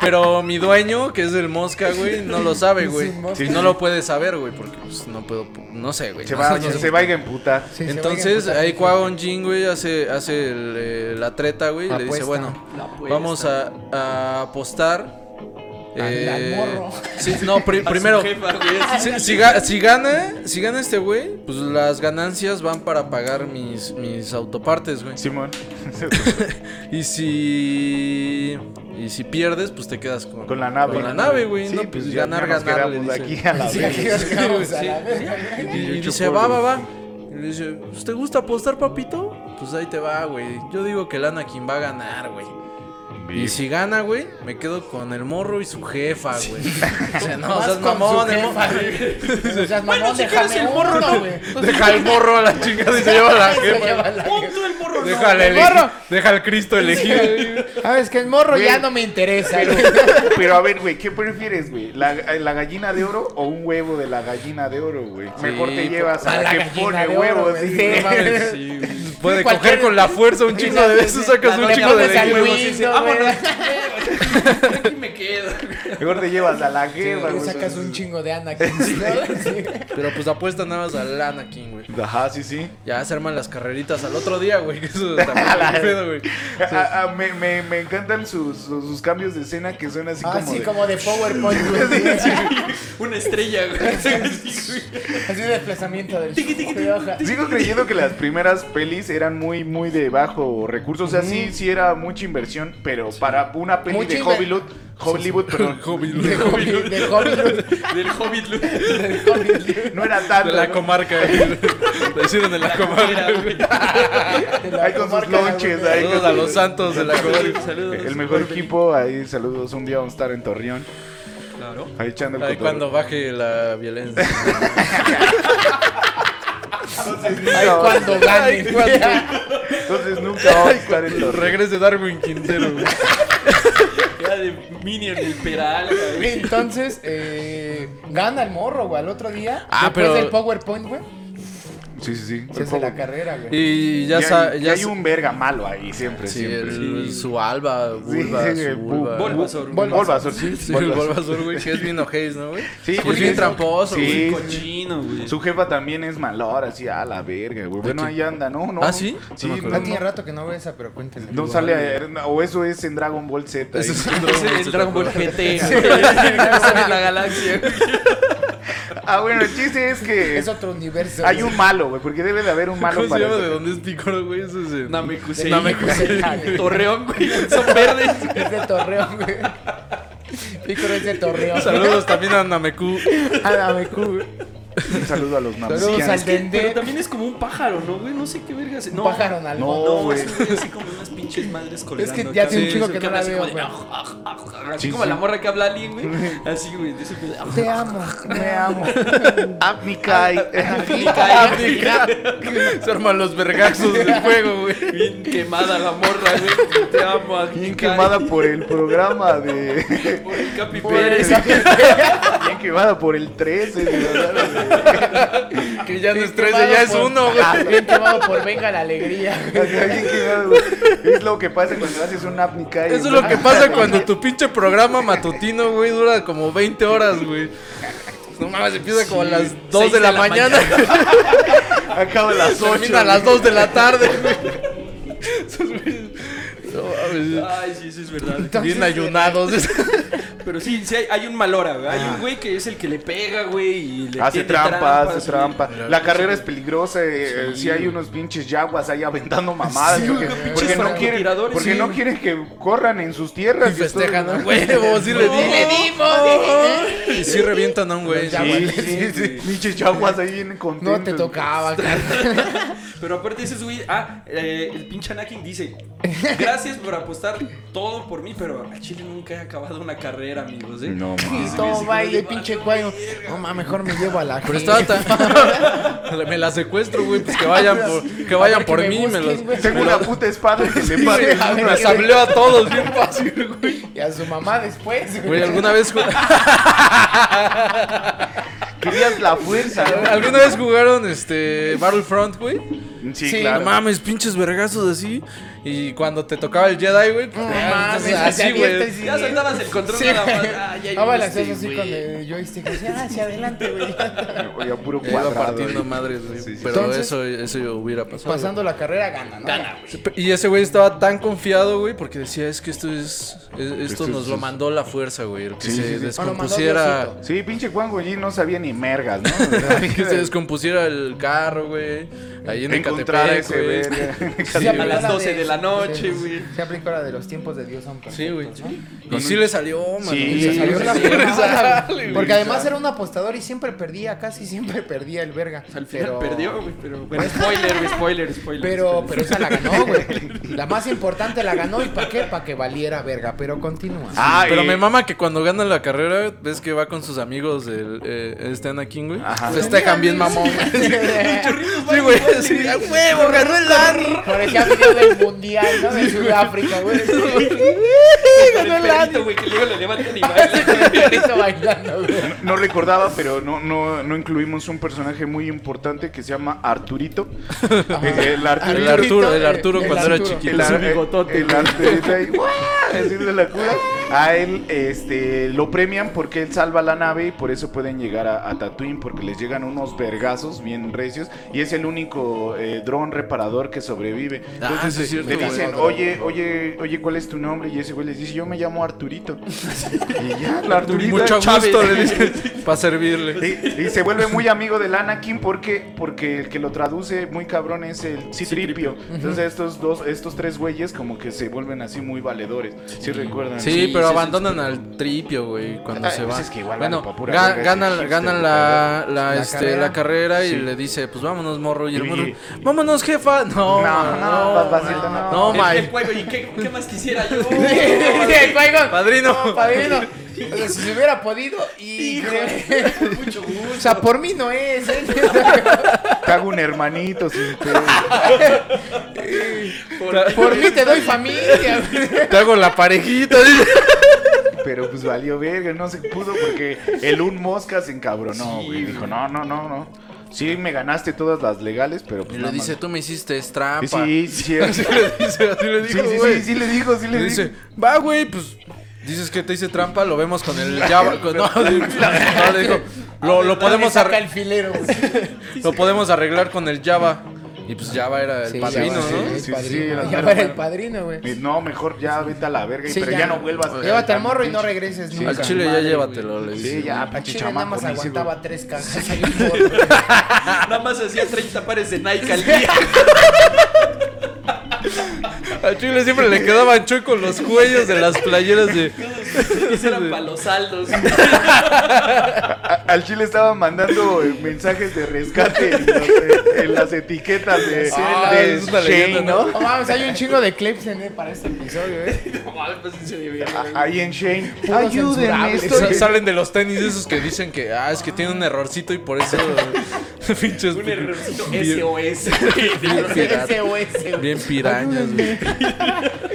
B: pero mi dueño, que es el mosca, güey, no lo sabe, güey.
A: Sí, mosca.
B: Y no lo puede saber, güey, porque pues, no puedo. No sé, güey.
C: Se
B: no
C: va,
B: sé, no sé.
C: se va a ir a emputar.
A: Sí, se
B: Entonces,
A: va a ir a
B: ahí
A: emputar.
B: Qui-Gon Jinn, güey, hace, hace el, eh, la treta, güey, y le dice,
A: Apuesta.
B: bueno,
D: La apuesta.
B: vamos a, a apostar. eh,
A: Al- al morro.
B: sí, no,
A: [LAUGHS]
B: pri-
D: A su
B: primero,
D: jefa, güey, así.
B: si, si ga- si gana, si gana este güey, pues las ganancias van para pagar mis, mis autopartes, güey.
C: Simón.
B: Y si y si pierdes, pues te quedas con,
C: Con la nave.
B: Con la nave, güey.
C: Sí,
B: no, pues,
C: ya-
B: ganar,
C: ya nos
B: ganar. le
C: quedamos
B: dice.
C: aquí a la
A: [LAUGHS] [LAUGHS] Sí,
C: vez.
A: aquí nos quedamos a
B: Sí,
A: la verga.
B: Y, [LAUGHS] y
C: Yo
B: dice,
C: chupo
B: va,
C: el-
B: va, va. Y le dice, "Pues, ¿te gusta apostar, papito? Pues ahí te va, güey. Yo digo que el Anakin va a ganar, güey. Y si gana, güey, me quedo con el morro y su jefa, güey. [LAUGHS] O sea, no, o
A: Vas
B: sea,
A: con
B: mamón,
A: su [LAUGHS]
B: el
A: jefa,
B: morro.
A: güey. O sea, mamón, déjame el morro, güey.
B: [LAUGHS] Deja el morro a la chingada y se lleva Pues, a la
A: [LAUGHS] Se
B: jefa.
A: lleva la-
D: Punto el morro. no,
B: Déjale
A: el
B: elegir-
A: morro.
B: Deja al Cristo elegir.
A: Sabes Ah, que el morro
C: Güey.
A: ya no me interesa, güey.
C: Pero a ver, güey, ¿qué prefieres, güey? ¿La, eh, la gallina de oro o un huevo de la gallina de oro, güey? Mejor te
B: pues,
C: llevas a
A: a
C: la
A: la
C: que
A: gallina
C: pone
A: de oro,
C: huevos.
A: güey.
C: sí. [LAUGHS]
A: Sí, mames.
D: Sí, güey.
B: Puede
A: Cualquier-
B: coger con la fuerza un chingo de eso, sacas un
A: Le
B: chingo de
A: pones al
B: huevos.
A: Windows,
D: Dice,
A: güey. [LAUGHS]
D: vámonos. Aquí me quedo.
C: Mejor te llevas a la jeva,
A: Le
C: güey.
A: sacas un chingo de Anakin. ¿no? Sí.
B: Pero pues apuesta nada más al Anakin, güey.
C: Ajá, sí, sí.
B: Ya se arman las carreritas al otro día, güey. [LAUGHS] que Eso también es muy pedo, güey.
C: Ah, ah, me, me, me encantan sus, sus, sus cambios de escena que son así
A: Ah,
C: como.
A: sí,
C: de-
A: como de PowerPoint, güey.
D: Una estrella, güey. Sí, güey.
A: [LAUGHS] Así de desplazamiento del de hoja.
C: Sigo creyendo que las primeras pelis eran muy, muy de bajo recurso. O sea, sí, sí era mucha inversión, pero para una peli
A: Mucha
C: de
A: inver-
C: Hollywood, Hollywood, perdón,
A: [LAUGHS] De Hobbit, de Hobbit,
D: Del Hobbit Lu-
A: de Hobbit,
C: no era tanto.
B: De la
C: ¿no?
B: comarca, güey. Lo hicieron de la comarca,
D: Mira,
B: güey.
D: güey.
A: de la
C: Ahí con sus
A: comarca de la
C: lonches,
A: Alameda.
C: ahí.
B: Saludos a los santos
C: [LAUGHS]
B: de la comarca.
D: Saludos.
C: El mejor equipo, ahí saludos. Un día vamos a estar en Torreón,
D: Claro.
C: ahí echando el
B: Ahí cuando
C: cotorreo.
B: baje la violencia.
A: Ahí cuando gane.
C: Entonces nunca vamos a estar en Torreón.
B: Regrese Darwin Quintero, güey.
D: Era de Minion y Peral, güey.
A: Entonces, eh, gana el morro, güey. Al otro día,
B: Ah,
A: después
B: pero-
A: del PowerPoint, güey,
C: Sí, sí, sí.
A: se hace la carrera, güey.
B: Y ya
C: ya,
B: sa-
C: hay,
B: ya
C: hay
B: sa-
C: un verga malo ahí, siempre,
B: Sí,
C: siempre.
B: el-
D: sí.
B: su alba, vulva,
C: sí,
B: su
C: el
B: vulva.
C: bu-
D: Bulbasaur. güey.
A: Bulbasaur.
C: Bulbasaur, sí.
B: Sí, el
C: Bulbasaur.
B: Bulbasaur, güey, que es bien ojéis, ¿no, güey?
C: Sí,
B: Que es
C: porque
B: bien
C: es-
B: tramposo,
C: sí.
B: güey.
D: Un Cochino, güey.
C: Su jefa también es malora, así a la verga, güey. Bueno,
B: qué?
C: ahí anda, ¿no? no
B: ¿Ah, sí?
C: Sí,
B: No me
C: no,
B: acuerdo.
A: Ya tiene
C: no-
A: rato que no veo esa, pero cuéntenle.
C: no sale a- O eso es en Dragon Ball Z.
B: Ese es
C: ahí.
B: el
D: Ese
B: Dragon
D: es
B: Ball
D: el Dragon Ball
B: Z.
D: GT. [LAUGHS] en la galaxia.
C: [LAUGHS] Ah, bueno, el chiste es
B: [LAUGHS]
C: que
A: Es otro universo.
C: hay
A: güey.
C: un malo, güey, porque debe de haber un malo
B: ¿Cómo se
C: para
B: llama?
C: eso.
B: ¿De dónde es Picoro, güey? Eso es el...
D: Namekusei.
B: Namekusei.
D: güey. Torreón, güey.
B: [LAUGHS]
D: Son verdes.
A: Es de Torreón, güey. Pícoro es de Torreón.
B: Saludos también a Nameku.
A: A la BQ, güey.
C: Un saludo
B: [LAUGHS]
C: a los
A: Saludos
C: mamacillas.
A: al
D: Pero
A: Dende.
D: también es como un pájaro, ¿no, güey? No sé qué vergas. No,
A: Pájaro en algo.
C: No,
D: No,
C: güey.
D: es un- así como unas pinches pinches madres colgando.
A: que ya tiene
D: acá,
A: un
D: güey,
A: chingo
D: eso
A: que no la
D: habla así
A: veo,
D: como de,
A: güey.
D: "Aj, aj, aj, aj", Así
C: Sí,
D: como
C: sí.
D: la morra que habla alien, güey. Así, güey. "Ah, de ese pedo, "Aj,
A: Te
D: aj,
A: amo, te
C: [LAUGHS]
A: amo.
B: [LAUGHS]
C: Abnikai.
D: aj, ay, ay".
B: Se arman los vergazos del juego, güey.
D: Bien quemada la morra, güey. Te amo. aj,
C: Bien
D: aj,
C: quemada por el programa de.
D: ay, Por el Capi
A: Por
D: Pérez.
A: esa-
C: [LAUGHS] Bien quemada por el 13. de verdad,
B: [LAUGHS] Que ya no es
A: Bien
B: 13, ya es
A: quemado por-
B: uno, güey.
A: Bien quemado por venga la alegría.
C: güey. Así, bien quemada, güey. Es lo que pasa cuando haces un Abnikai.
B: Eso es lo que pasa cuando tu pinche programa matutino, güey, dura como 20 horas, güey. No mames, empieza como a
D: Sí,
B: las 2
D: seis
B: de la, mañana,
C: Acaba a las 8.
B: termina a las 2 de la tarde, güey. Esos güeyes, No mames.
D: Ay, sí, eso es verdad.
B: Bien ayunados.
D: Pero sí, sí hay, hay un mal hora, güey. Hay un güey que es el que le pega, güey, y le
C: Hace
D: tiende
C: trampa,
D: trampas,
C: hace
D: güey.
C: trampa. La carrera es peligrosa. Si hay unos pinches yaguas ahí aventando mamadas.
A: Sí,
C: porque
A: güey, pinches
C: porque no, quieren,
D: francotiradores,
C: porque
D: sí.
C: no quieren que corran en sus tierras.
B: Y festejan a
C: [LAUGHS] entonces-
B: huevo, sí le
D: No.
B: dimos.
D: Le
B: Y sí revientan a un güey.
A: Ya,
C: Sí,
A: güey.
C: sí, sí. Pinches yaguas ahí vienen contentos.
A: No te tocaba, carnal.
D: Pero aparte ese es güey, ah, eh, el pinche Anakin dice, gracias por apostar todo por mí, pero a Chile nunca he acabado una carrera, amigos, ¿eh?
C: No,
A: Y
C: mames.
A: toma y el pinche cuello. No ma, mejor me llevo a la
B: Pero
A: gente.
B: estaba tan... [LAUGHS] Me la secuestro, güey, pues que vayan por, que vayan
A: A ver
B: por
A: que me
B: mí. Me
A: busquen,
B: los...
A: güey.
C: Tengo una puta espada que le
B: Madre,
C: pare.
A: a ver,
B: los
A: que-
B: asambleo a todos bien fácil, güey.
A: Y a su mamá después.
B: Güey, alguna vez... ju-
C: Querías la fuerza.
B: [LAUGHS] ¿Alguna vez jugaron este Battlefront, güey?
C: Sí,
A: Sí,
B: No
C: claro.
B: mames, pinches vergazos así. Y cuando te tocaba el Jedi, güey. pues,
A: No
B: ya,
A: mames,
B: entonces,
A: así avientas y-
D: Ya saltabas el control
A: Sí.
D: nada más. Ah,
A: [LAUGHS]
D: ya
A: Ah, vale,
D: llegaste,
A: haces así con
D: güey.
A: el
D: [LAUGHS]
A: joystick. así, ah, hacia adelante, güey.
C: Oye, a puro
B: Ya iba
C: cuadrado.
B: partiendo
C: ahí.
B: madres, güey.
C: Sí, sí.
B: Pero
A: Entonces-
B: eso, eso ya hubiera pasado.
A: Pasando la carrera, gana, ¿no?
D: Gana, güey.
B: güey. Y ese güey estaba tan confiado, güey, porque decía, es que esto es... es- esto
C: es-
B: nos lo mandó la fuerza, güey. el Que se
C: Sí, sí, sí.
A: Bueno,
B: descompusiera...
A: mandó
C: Sí, pinche Juan Goyín no sabía ni mergas, ¿no?
B: [LAUGHS] que se descompusiera el carro, güey. Ahí en
C: Encontrar a
B: Ecatepec,
C: ese
B: güey.
C: verga.
B: Sí,
A: Se aplicó
D: a las
A: la
D: 12 de la noche, güey.
A: Se aplicó la de los tiempos de Dios son perfectos,
B: Sí, güey.
A: ¿no?
B: Y sí le salió, man.
C: Sí,
A: Y
B: güey.
A: le salió
B: Sí,
A: la
B: sí, [LAUGHS]
A: mamada,
B: sale,
A: güey.
B: güey.
A: Porque además era un apostador y siempre perdía, casi siempre perdía el verga.
D: Al final
A: Pero-
D: perdió, güey, pero bueno, spoiler, güey, spoiler, spoiler.
A: Pero,
D: spoiler.
A: pero esa la ganó, güey. La más importante la ganó. ¿Y para qué? Para que valiera verga. Pero continúa.
C: Ah,
B: Pero
C: y-
B: me mama que cuando gana la carrera, ves que va con sus amigos del eh, este Anakin, güey.
C: Ajá.
B: Se estejan bien mamón. güey. [LAUGHS] Sí, güey. Sí, a huevo, ganó el Arri.
A: Parecía video del mundial, ¿no? De Sudáfrica, güey. [LAUGHS]
D: Con
A: ganó
D: el
A: el [LAUGHS]
D: perrito, güey, que luego lo levantan y bailan.
A: Perrito bailando, güey.
C: No recordaba, pero no, no, no incluimos un personaje muy importante que se llama Arturito. Eh, El
B: El
C: Arturito.
B: Arturo, el Arturo
A: El
B: cuando era
A: Arturo.
B: chiquito. Eh,
C: El, Ar-
D: Su bigotote.
C: el Arturito ahí, ¡guau! así de la cura. A él este, lo premian porque él salva la nave y por eso pueden llegar a, a Tatooine porque les llegan unos vergazos bien recios y es el único eh, dron reparador que sobrevive.
B: Ah,
C: Entonces
B: sí es cierto,
C: le
B: güey.
C: dicen, oye, oye, oye, ¿cuál es tu nombre? Y ese güey les dice, yo me
B: [LAUGHS]
C: llamo Arturito. y ya, la Arturito
B: Mucho
C: Chávez.
B: gusto le dice para servirle.
C: Y, y se vuelve muy amigo del Anakin porque, porque el que lo traduce muy cabrón es el Citripio. Entonces estos dos, estos tres güeyes como que se vuelven así muy valedores. Si recuerdan.
B: Sí, pero
D: sí,
B: abandonan al tripio, güey, cuando
C: Ah,
B: se
C: pues
B: va.
C: es que igual
B: bueno,
C: vale pa' pura
B: ga-
C: verga ese
B: ganan,
C: hipster,
B: ganan la, la, este, la carrera y
C: Sí.
B: le dice, pues vámonos, morro. Y el
C: Y-
B: morro, vámonos, jefa. No,
C: No, no, papacito, no.
B: no,
A: Oh,
D: El-
B: my.
D: el este juego, ¿y qué, qué más quisiera yo?
B: Padrino.
A: No, padrino. O sea, si se hubiera podido y...
D: Mucho gusto.
A: O sea, por mí no es, ¿eh?
C: Te hago un hermanito sin pedo.
D: Por-
A: Por mí te doy familia.
B: Te hago la parejita.
C: Pero pues valió verga, no se pudo porque el un mosca se encabronó,
D: Sí,
C: güey. Dijo,
D: güey.
C: no, no, no, no. Sí, me ganaste todas las legales, pero
B: Y
C: pues
B: le
C: nada
B: dice,
C: más".
B: tú me hiciste trampa.
C: Sí,
B: [LAUGHS]
C: sí, sí,
B: Así le dice, así le
C: sí,
B: dijo,
C: sí,
B: güey.
C: sí, sí le dijo, sí le,
B: le
C: dijo.
B: dice, va, güey, pues dices que te hice trampa, lo vemos con el [LAUGHS] Java. con- no, no, le [LAUGHS] dijo, lo, lo podemos
A: sacar
B: arreglar,
A: el filero. güey.
B: lo podemos arreglar con el Java. Y pues Java era el
A: Sí,
B: padrino,
A: ya
B: ¿no?
A: va, sí, el
C: Sí, sí,
A: padrino.
C: sí,
A: Ya
C: era
A: va el
C: bueno.
A: padrino, güey.
C: Eh, No, mejor ya vete a la verga, y-
A: Sí,
C: pero ya.
A: ya.
C: no vuelvas.
A: Llévate al
C: tan
A: morro y no
C: pinche-
A: regreses
C: Sí,
A: nunca.
B: Al chile ya
A: Madre,
B: llévatelo, le dice.
C: Sí, ya,
A: Al
C: pinche
A: chile nada
C: chamaco.
A: más
C: me dice,
A: aguantaba tres cajas ahí, güey.
D: Nada más hacía 30 pares de Nike al día.
B: A Chile siempre le quedaban chuecos los cuellos de las playeras de.
D: Esos eran para los saldos. [LAUGHS]
C: A- Al chile estaban mandando eh, mensajes de rescate en, los- en- en las etiquetas de,
B: Ah,
C: de
B: es una
C: Shein,
B: leyenda,
C: ¿no?
A: [LAUGHS] No mames, hay un chingo de clips en, para este episodio, ¿eh?
D: No mames, pues, sí se ve bien, güey.
C: A- Ahí en Shane.
A: Puros
C: Ayúdenme,
A: censurables.
C: estoy-
B: Sa- Salen de los tenis esos que dicen que, ah, es que tiene un errorcito y por eso. [LAUGHS] pinches.
D: Un errorcito
B: Bien,
D: SOS.
B: bien pirata-
A: SOS.
B: bien pirañas, güey.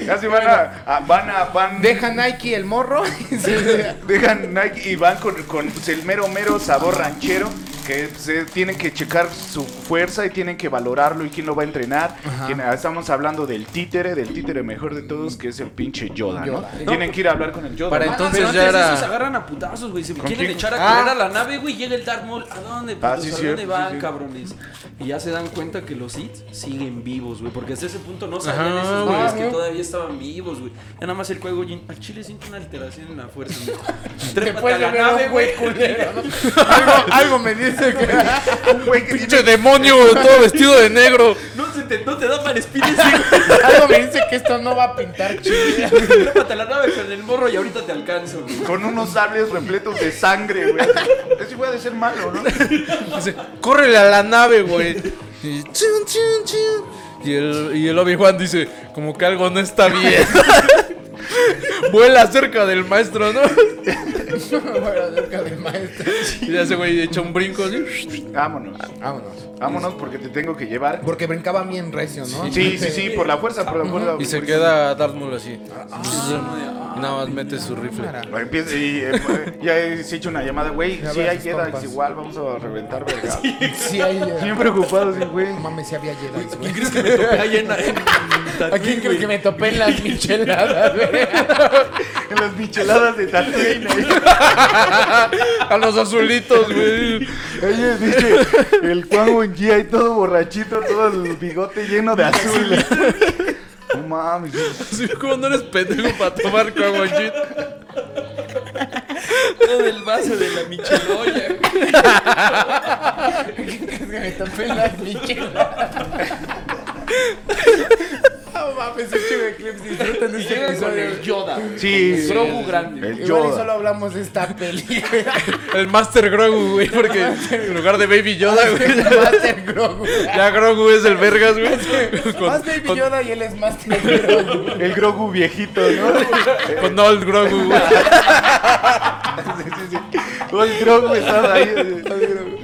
C: Casi van a, a- van a, van,
A: Deja Nike el morro. [LAUGHS] y se-
C: dejan Nike y van con, con el mero mero sabor ranchero que se tienen que checar su fuerza y tienen que valorarlo y quién lo va a entrenar. Quién- estamos hablando del títere, del títere mejor de todos que es el pinche Yoda, ¿no?
A: Yoda.
C: Tienen que ir a hablar con el Yoda.
B: Para
C: ¿no?
B: entonces
D: Pero
B: ya
D: antes
B: era-
D: esos agarran a putazos, güey. Se me
C: ¿Con
D: quieren
C: quién?
D: echar a
B: Ah.
D: correr a la nave, güey. Llega el Darth Maul. ¿A dónde, putos?
C: Ah, sí,
D: ¿A
C: cierto,
D: dónde
C: sí,
D: van,
C: cierto.
D: cabrones? Y ya se dan cuenta que los Sith siguen vivos, güey. Porque hasta ese punto no sabían
B: Ajá,
D: esos güeyes
A: güey.
D: que todavía estaban vivos, güey. Ya nada más el juego, güey. Al chile siento una alteración en la fuerza,
A: [LAUGHS]
D: güey. Trépate a
A: Después de
D: la
A: ver a
D: nave,
A: un
D: güey.
A: güey culero, ¿no? algo, algo me dice que.
C: [LAUGHS] Un güey que
B: Pinche demonio, todo vestido de negro.
D: [LAUGHS] No, se te, no te da para espines, güey.
A: Algo me dice que esto no va a pintar chido. [LAUGHS]
D: Trépate a la nave con el morro y ahorita te alcanzo, güey.
C: con unos sables repletos de sangre, güey. Ese puede ser malo, ¿no?
B: Dice, córrele a la nave, güey. Y chun, chun, chun. Y el, y el Obi-Wan dice, como que algo no está bien. [LAUGHS] Vuela cerca del maestro, ¿no?
A: Bueno, cerca del maestro.
B: Y ya ese güey echa un brinco así.
C: Vámonos.
A: Vámonos.
C: Vámonos porque te tengo que llevar.
A: Porque brincaba bien recio, ¿no?
C: Sí, sí, sí, por la fuerza, por la fuerza.
B: Y se queda Darth Maul así. Y nada más mete su rifle.
C: Bueno, empieza- y eh, ya se ha hecho una llamada, güey.
A: Ya
C: Sí,
A: ves
C: ahí
A: sus
C: queda,
A: compas.
C: es igual, vamos a reventar, verga.
A: Sí, ahí. eh,
C: Bien preocupado, sí, güey.
A: No mames, si había Jedi, güey.
D: ¿Quién crees que me topé ahí en la... en
A: ¿A quién crees que me topé en las micheladas, güey?
C: En las micheladas de Tatooine. ahí.
B: A los azulitos, güey.
C: Oye, dice el Juan Bungie ahí todo borrachito, todo el bigote lleno de azul. No mames.
B: Así como no eres pendejo para tomar caguachito.
D: del vaso de la micheloya, güey?
A: ¿Quién crees que me topé en las micheladas? No mames, un chico de clips disfrutan de este
D: Llega con el
A: episodio.
D: Yoda. güey.
C: Sí,
D: Grogu grande.
C: el
A: Igual y solo
C: Yoda.
A: hablamos de esta peli.
B: El Master Grogu, güey. Porque en lugar de Baby Yoda, güey.
A: Master Grogu.
B: Ya Grogu es el vergas, güey. Con-
A: Más Baby Yoda y él es Master Grogu.
C: El Grogu viejito, ¿no? [LAUGHS]
B: Con Old Grogu, güey.
C: Sí, sí, sí. Todo el Grogu estaba ahí. eh, todo el Grogu.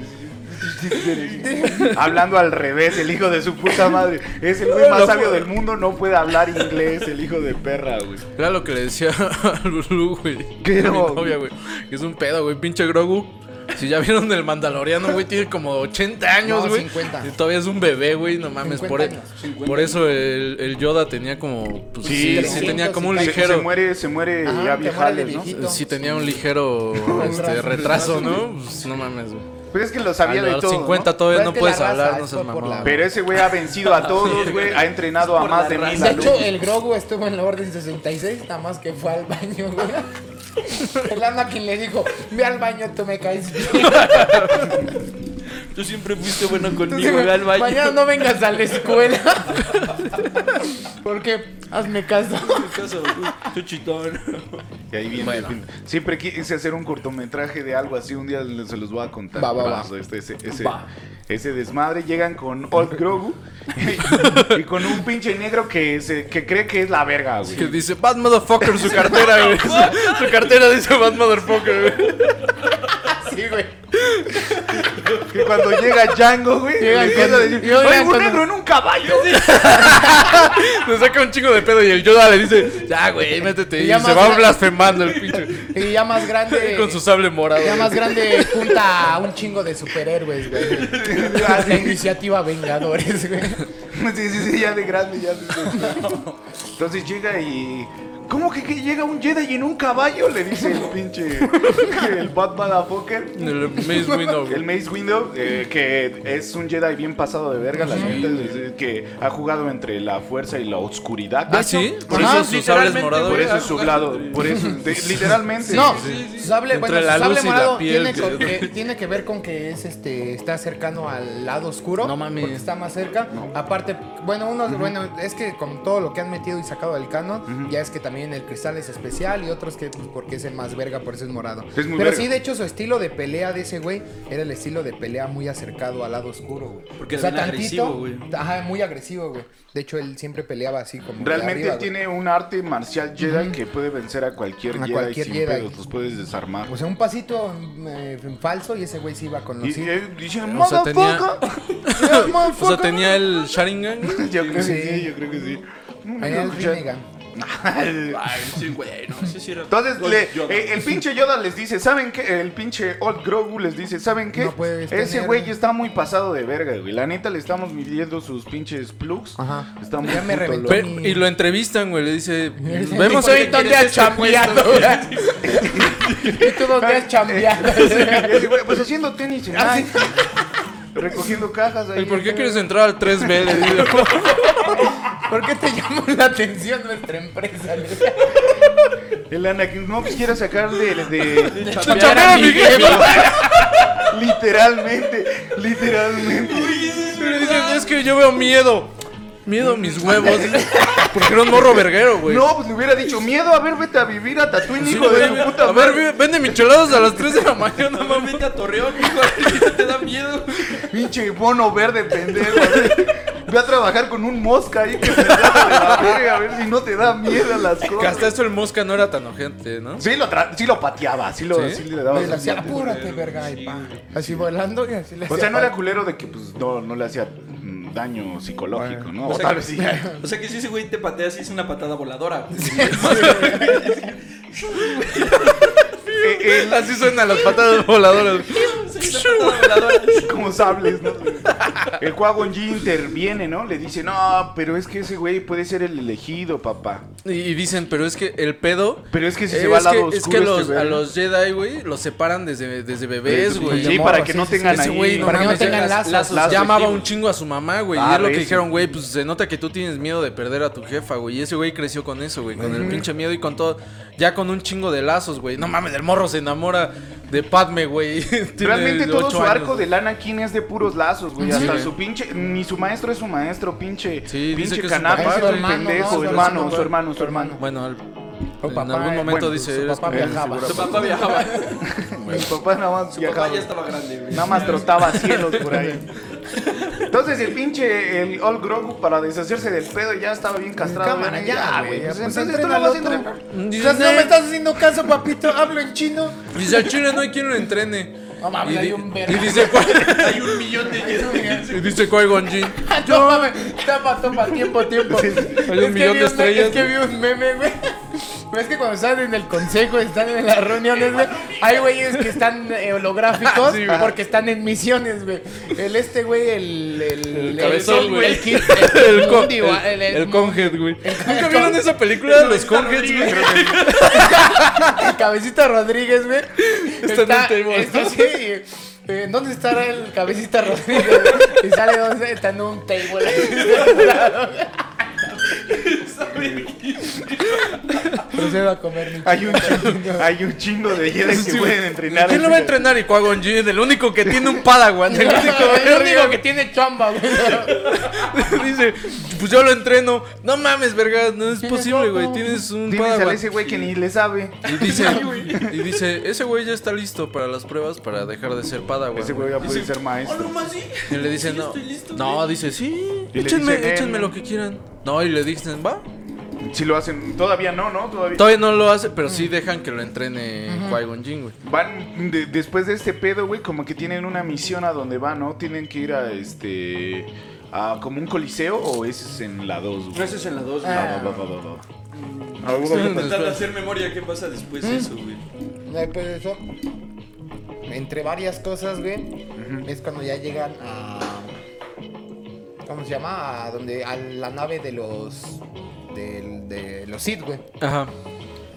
C: Hablando al revés, el hijo de su puta madre. Es el güey más sabio del mundo, no puede hablar inglés, el hijo de perra, güey.
B: Era lo que le decía a Lulu, güey.
C: ¿Qué
B: a mi
C: no?
B: novia, güey. Es un pedo, güey. Pinche Grogu. Si ya vieron el Mandaloriano, güey, tiene como 80 años,
A: No,
B: güey.
A: 50.
B: Y todavía es un bebé, güey. No mames.
A: 50
B: Por, e-
A: años,
D: 50
B: por eso el, el Yoda tenía como. Pues,
C: Sí,
B: sí, sí,
A: 300
B: tenía como un
A: y
C: Se, se
B: ligero.
C: muere, se muere
A: Ajá,
C: ya
A: te muere de
C: viejales, ¿no?
A: viejito.
B: Sí, tenía un ligero este, retraso, ¿no? Pues, no mames, güey.
C: Pero es que lo
B: A
C: sabía de
B: los
C: todo.
B: 50
C: ¿no?
B: todavía no
A: Pero es que
B: puedes
A: la raza
B: hablar,
A: es
B: no seas
A: por- por
B: mamón.
A: la-
C: Pero ese güey ha vencido a todos, güey. Ha entrenado a
D: Por
C: más
D: la
C: de mil
D: raza.
A: De hecho,
C: alumnos.
A: el Grogu estuvo en la Orden 66, nada más que fue al baño, güey. El Anakin le dijo, ve al baño, tú me caes bien.
D: Tú siempre fuiste bueno
A: Entonces,
D: conmigo, ve al baño. [LAUGHS]
A: Mañana no vengas a la escuela. [LAUGHS] Porque, hazme caso.
D: Caso, güey. Tú chitón.
C: Y ahí viene. fin. Siempre quise hacer un cortometraje de algo así. Un día le- se los voy a contar.
A: Va, va, va.
C: Paso, este- ese, ese-
A: Va.
C: ese desmadre. Llegan con Old Grogu y, y con un pinche negro que, se, que cree que es la verga, güey.
B: Que dice Bad Motherfucker su cartera,
A: [LAUGHS]
B: güey. Su, su cartera dice Bad Motherfucker, güey.
A: Sí, güey.
C: Que cuando llega Django, güey,
A: Llegan
C: le empieza
A: con-
C: a decir:
A: yo
C: "Oye,
A: llegan
C: un
A: con-
C: negro en un caballo!
B: Le saca un chingo de pedo y el Yoda le dice, ya, güey, métete. Y,
A: Y ya
B: se
A: más
B: va
A: gra-
B: blasfemando el pinche.
A: Y ya más grande.
B: [LAUGHS] Con su sable morado.
A: Ya
B: güey.
A: más grande junta a un chingo de superhéroes, güey.
C: Ah,
A: La
C: sí.
A: iniciativa Vengadores, güey.
C: Sí, sí, sí, ya de grande, ya. de- Entonces llega y. ¿Cómo que, que llega un Jedi en un caballo? Le dice el pinche. El Batman a
B: El Mace Window.
C: El Mace Window, eh, que es un Jedi bien pasado de verga, la neta, es decir, que ha jugado entre la fuerza y la oscuridad.
B: Ah, sí. Por
A: Ajá,
B: eso su sable es
D: literalmente,
B: morado,
C: Por
B: güey.
C: eso es sublado, por eso, de- literalmente.
A: No, su sable, bueno,
B: Entre la
A: su sable
B: luz y la
A: morado
B: piel,
A: tiene, con-
B: güey.
A: que, tiene que ver con que es este está cercano al lado oscuro.
B: No mames.
A: Porque está más cerca. Aparte, Bueno, unos, bueno, es que con todo lo que han metido y sacado del canon, ya es que también el cristal es especial y otros que pues, porque es el más verga, por eso es morado.
C: Es muy
A: Pero
C: verga.
A: sí, de hecho, su estilo de pelea de ese güey era el estilo de pelea muy acercado al lado oscuro, güey.
D: Porque era bien agresivo, güey.
A: Ajá, muy agresivo, güey. De hecho, él siempre peleaba así como. de
C: Realmente
A: arriba, güey.
C: tiene un arte marcial Jedi que puede vencer a cualquier
A: A
C: Jedi
A: cualquier
C: sin
A: Jedi.
C: pedos, los puedes desarmar.
A: O sea, un pasito eh, en falso y ese güey sí iba con los.
C: Y,
A: sí.
C: eh, dice,
B: O sea, tenía-
C: [LAUGHS] "Motherfucker".
B: O sea, tenía el Sharingan. güey.
C: [LAUGHS] Yo creo que sí,
A: Sí.
C: yo creo que sí.
A: Tenía el
C: [LAUGHS]
A: Rinnegan.
D: Ay, sí, güey, no, sí, sí era-
C: Entonces,
D: Gold
C: le-
D: Yoda.
C: eh, el pinche Yoda les dice, ¿saben qué? El pinche Old Grogu les dice, ¿saben qué?
A: No puedes
C: Ese
A: tener-
C: güey está muy pasado de verga, güey. La neta, le estamos midiendo sus pinches plugs.
A: Ajá.
C: Está muy
A: Ya me
C: puto
A: reventó.
C: loco.
B: Pe- y lo entrevistan, güey. Le dice: Vemos
A: [LAUGHS] Sí,
B: ahí donde
A: porque quieres
B: ha
A: este
B: chambeado.
A: [LAUGHS] Y tú dos días chambeando.
C: Y ese güey, pues haciendo
B: [LAUGHS]
C: tenis en
B: Ah,
C: Nike, Recogiendo cajas ahí.
B: ¿Y por qué quieres entrar al 3B? Le "Pues, digo.
A: ¿Por qué te llamó la atención
C: [LAUGHS]
A: nuestra empresa? güey?
C: El Anakin, no pues, quiero sacar de... de-
B: Chambea a mi jefe. [LAUGHS]
C: literalmente, literalmente.
B: Pero dices, es que yo veo miedo. Miedo a mis
A: [LAUGHS]
B: huevos. Porque era un morro verguero, güey.
C: No, pues le hubiera dicho miedo, a ver, vete a vivir a Tatooine,
B: Sí,
C: hijo de
B: güey,
C: tu
B: ve-
C: puta
B: A ver,
C: madre.
B: ve- vende micheladas a las 3 de la
C: [LAUGHS]
B: mañana,
D: No
B: mami.
D: mames, vete a Torreón, hijo, ahorita te da miedo.
C: Pinche bono verde, pendejo. Ve a trabajar con un mosca ahí que se trata de la verga, a ver si no te da miedo las
B: Que
C: cosas.
B: hasta eso el mosca no era tan ojente, ¿no?
C: Sí lo, tra- sí lo pateaba, sí, lo,
B: ¿Sí?
C: sí le daba.
A: Pues le
C: sus
A: hacía,
C: dientes.
A: apúrate, verga, y pa. Así volando y así le
C: o sea,
A: hacía
C: no era
A: pa-
C: culero de que pues no, no le hacía mm, daño psicológico, ¿no? O,
D: sea
C: tal
D: que-
C: vez sí.
B: eh,
C: Pero
D: O sea que si ese güey te patea así es una patada voladora.
B: [LAUGHS]
C: E,
B: Así suenan las patadas voladoras.
D: Es una patada voladora.
C: como sables, ¿no? El Quagon G interviene, ¿no? Le dice, no, pero es que ese güey puede ser el elegido, papá.
B: Y, y dicen, pero es que el pedo.
C: Pero es que si se va al lado
B: que, es
C: oscuro
B: que
C: este
B: los, a
C: verga.
B: los Jedi, güey, los separan desde, desde bebés, güey.
C: Sí, para que no tengan
B: Ese
C: ahí.
B: güey, no
A: Para que no
B: mames,
A: tengan
B: ya-
A: lazos.
C: Lazos
B: Ya amaba
C: afectivos.
B: un chingo a su mamá, güey.
C: Ah,
B: y es lo que
C: recio.
B: dijeron, güey, pues se nota que tú tienes miedo de perder a tu jefa, güey. Y ese güey creció con eso, güey. Con el pinche miedo y con todo. Ya con un chingo de lazos, güey. No mames, el morro se enamora de Padme, güey. [LAUGHS] Tiene
C: Realmente todo
B: ocho
C: su arco
B: años.
C: de Anakin es de puros lazos, güey.
B: Sí.
C: Hasta su pinche. Ni su maestro es su maestro, pinche.
B: Sí, dice
C: pinche
B: que es su
C: canapa,
B: papá,
C: es
B: su
C: un
A: hermano, ¿no?
C: pendejo,
A: Su
C: hermano,
A: hermano,
C: su hermano, su hermano.
B: Bueno, al-
A: Su
B: en
A: papá,
B: algún
A: eh,
B: momento
A: bueno,
B: dice.
A: su
B: eres
A: papá
B: como-
A: viajaba.
D: Su papá viajaba.
C: Mi papá nada más
D: Su papá
C: viajaba.
D: ya estaba grande, güey.
C: Nada más trotaba cielos por ahí. Entonces el pinche el Old Grogu para deshacerse del pedo ya estaba bien castrado.
A: Cámara,
C: güey.
A: ya, güey.
C: güey.
A: Pues
C: Entonces tú
A: entrena
C: lo
A: al
C: vas a
A: otro.
C: entrenar.
A: O
B: Dice,
A: sea, no me estás haciendo caso, papito. Hablo en chino.
B: dice, al chile no hay quien lo entrene.
A: No mames,
B: y,
A: hay
B: di-
A: un verga.
B: y dice, "Cuál- [LAUGHS]
D: Hay un millón de Jedi.
B: y dice Qui Gon
A: [LAUGHS] No mames, tapa, tapa, tiempo, tiempo. Es
B: un
A: que
B: millón
A: vi
B: de
A: un me-
B: estrellas,
A: Es que vi un meme, güey. [LAUGHS] Pero es que cuando están en el consejo, están en las reuniones, güey. Hay güeyes que están eh, holográficos
B: [LAUGHS]
A: porque están en misiones, güey. El este, güey, el. El, el
B: cabezón, güey.
A: El
B: [LAUGHS]
A: kit. El,
B: El, con,
A: mundi,
B: el,
A: güey, el, el
B: el Conjet, güey. ¿Nunca
A: con-
B: vieron esa película
A: [LAUGHS]
B: de los Conjets,
D: Rodríguez.
B: güey?
A: Cabecita Rodríguez, güey.
B: Está en un table,
A: está
B: ¿no?
A: así, eh, eh, ¿Dónde estará el cabecita Rodríguez? güey? Y sale donde está en un table. Procedo a comer mi
C: Hay un chingo, hay un chingo de Jedi que pueden entrenar.
B: ¿Quién lo va a entrenar? Y Qui Gon Jinn, el único que tiene un Padawan. El único,
A: [LAUGHS] el único que tiene chamba, güey.
B: [LAUGHS] dice, pues yo lo entreno. No mames, verga, no es posible, güey. Tienes un
C: Tienes a
B: Padawan.
C: ese güey que ni le sabe.
B: Y
A: [LAUGHS]
B: dice, y dice, ese güey ya está listo para las pruebas para dejar de ser Padawan.
C: Ese
B: güey".
C: güey ya puede ser
D: Oh,
C: maestro.
B: Y le dice, no. No, dice, sí.
C: Y le
B: Échenme,
C: dicen, "Ven".
B: échenme lo que quieran. No, y le dicen, va.
C: Si lo hacen, todavía no, ¿no? Todavía.
B: Todavía no lo hace, pero sí dejan que lo entrene Qui-Gon Jinn, güey.
C: Van de- después de este pedo, güey, como que tienen una misión a donde van, ¿no? Tienen que ir a este a como un coliseo o ese es en la 2, güey. Ah,
D: es en la 2,
A: Ah.
C: Va, va, va, va, va. Algo
B: Sí,
C: que-
D: Tratando de hacer memoria, ¿qué pasa después de eso, güey?
A: No, pues eso. Entre varias cosas, güey. Es cuando ya llegan a. ¿Cómo se llama? A donde. A la nave de los. del- de los Sith, güey.
B: Ajá.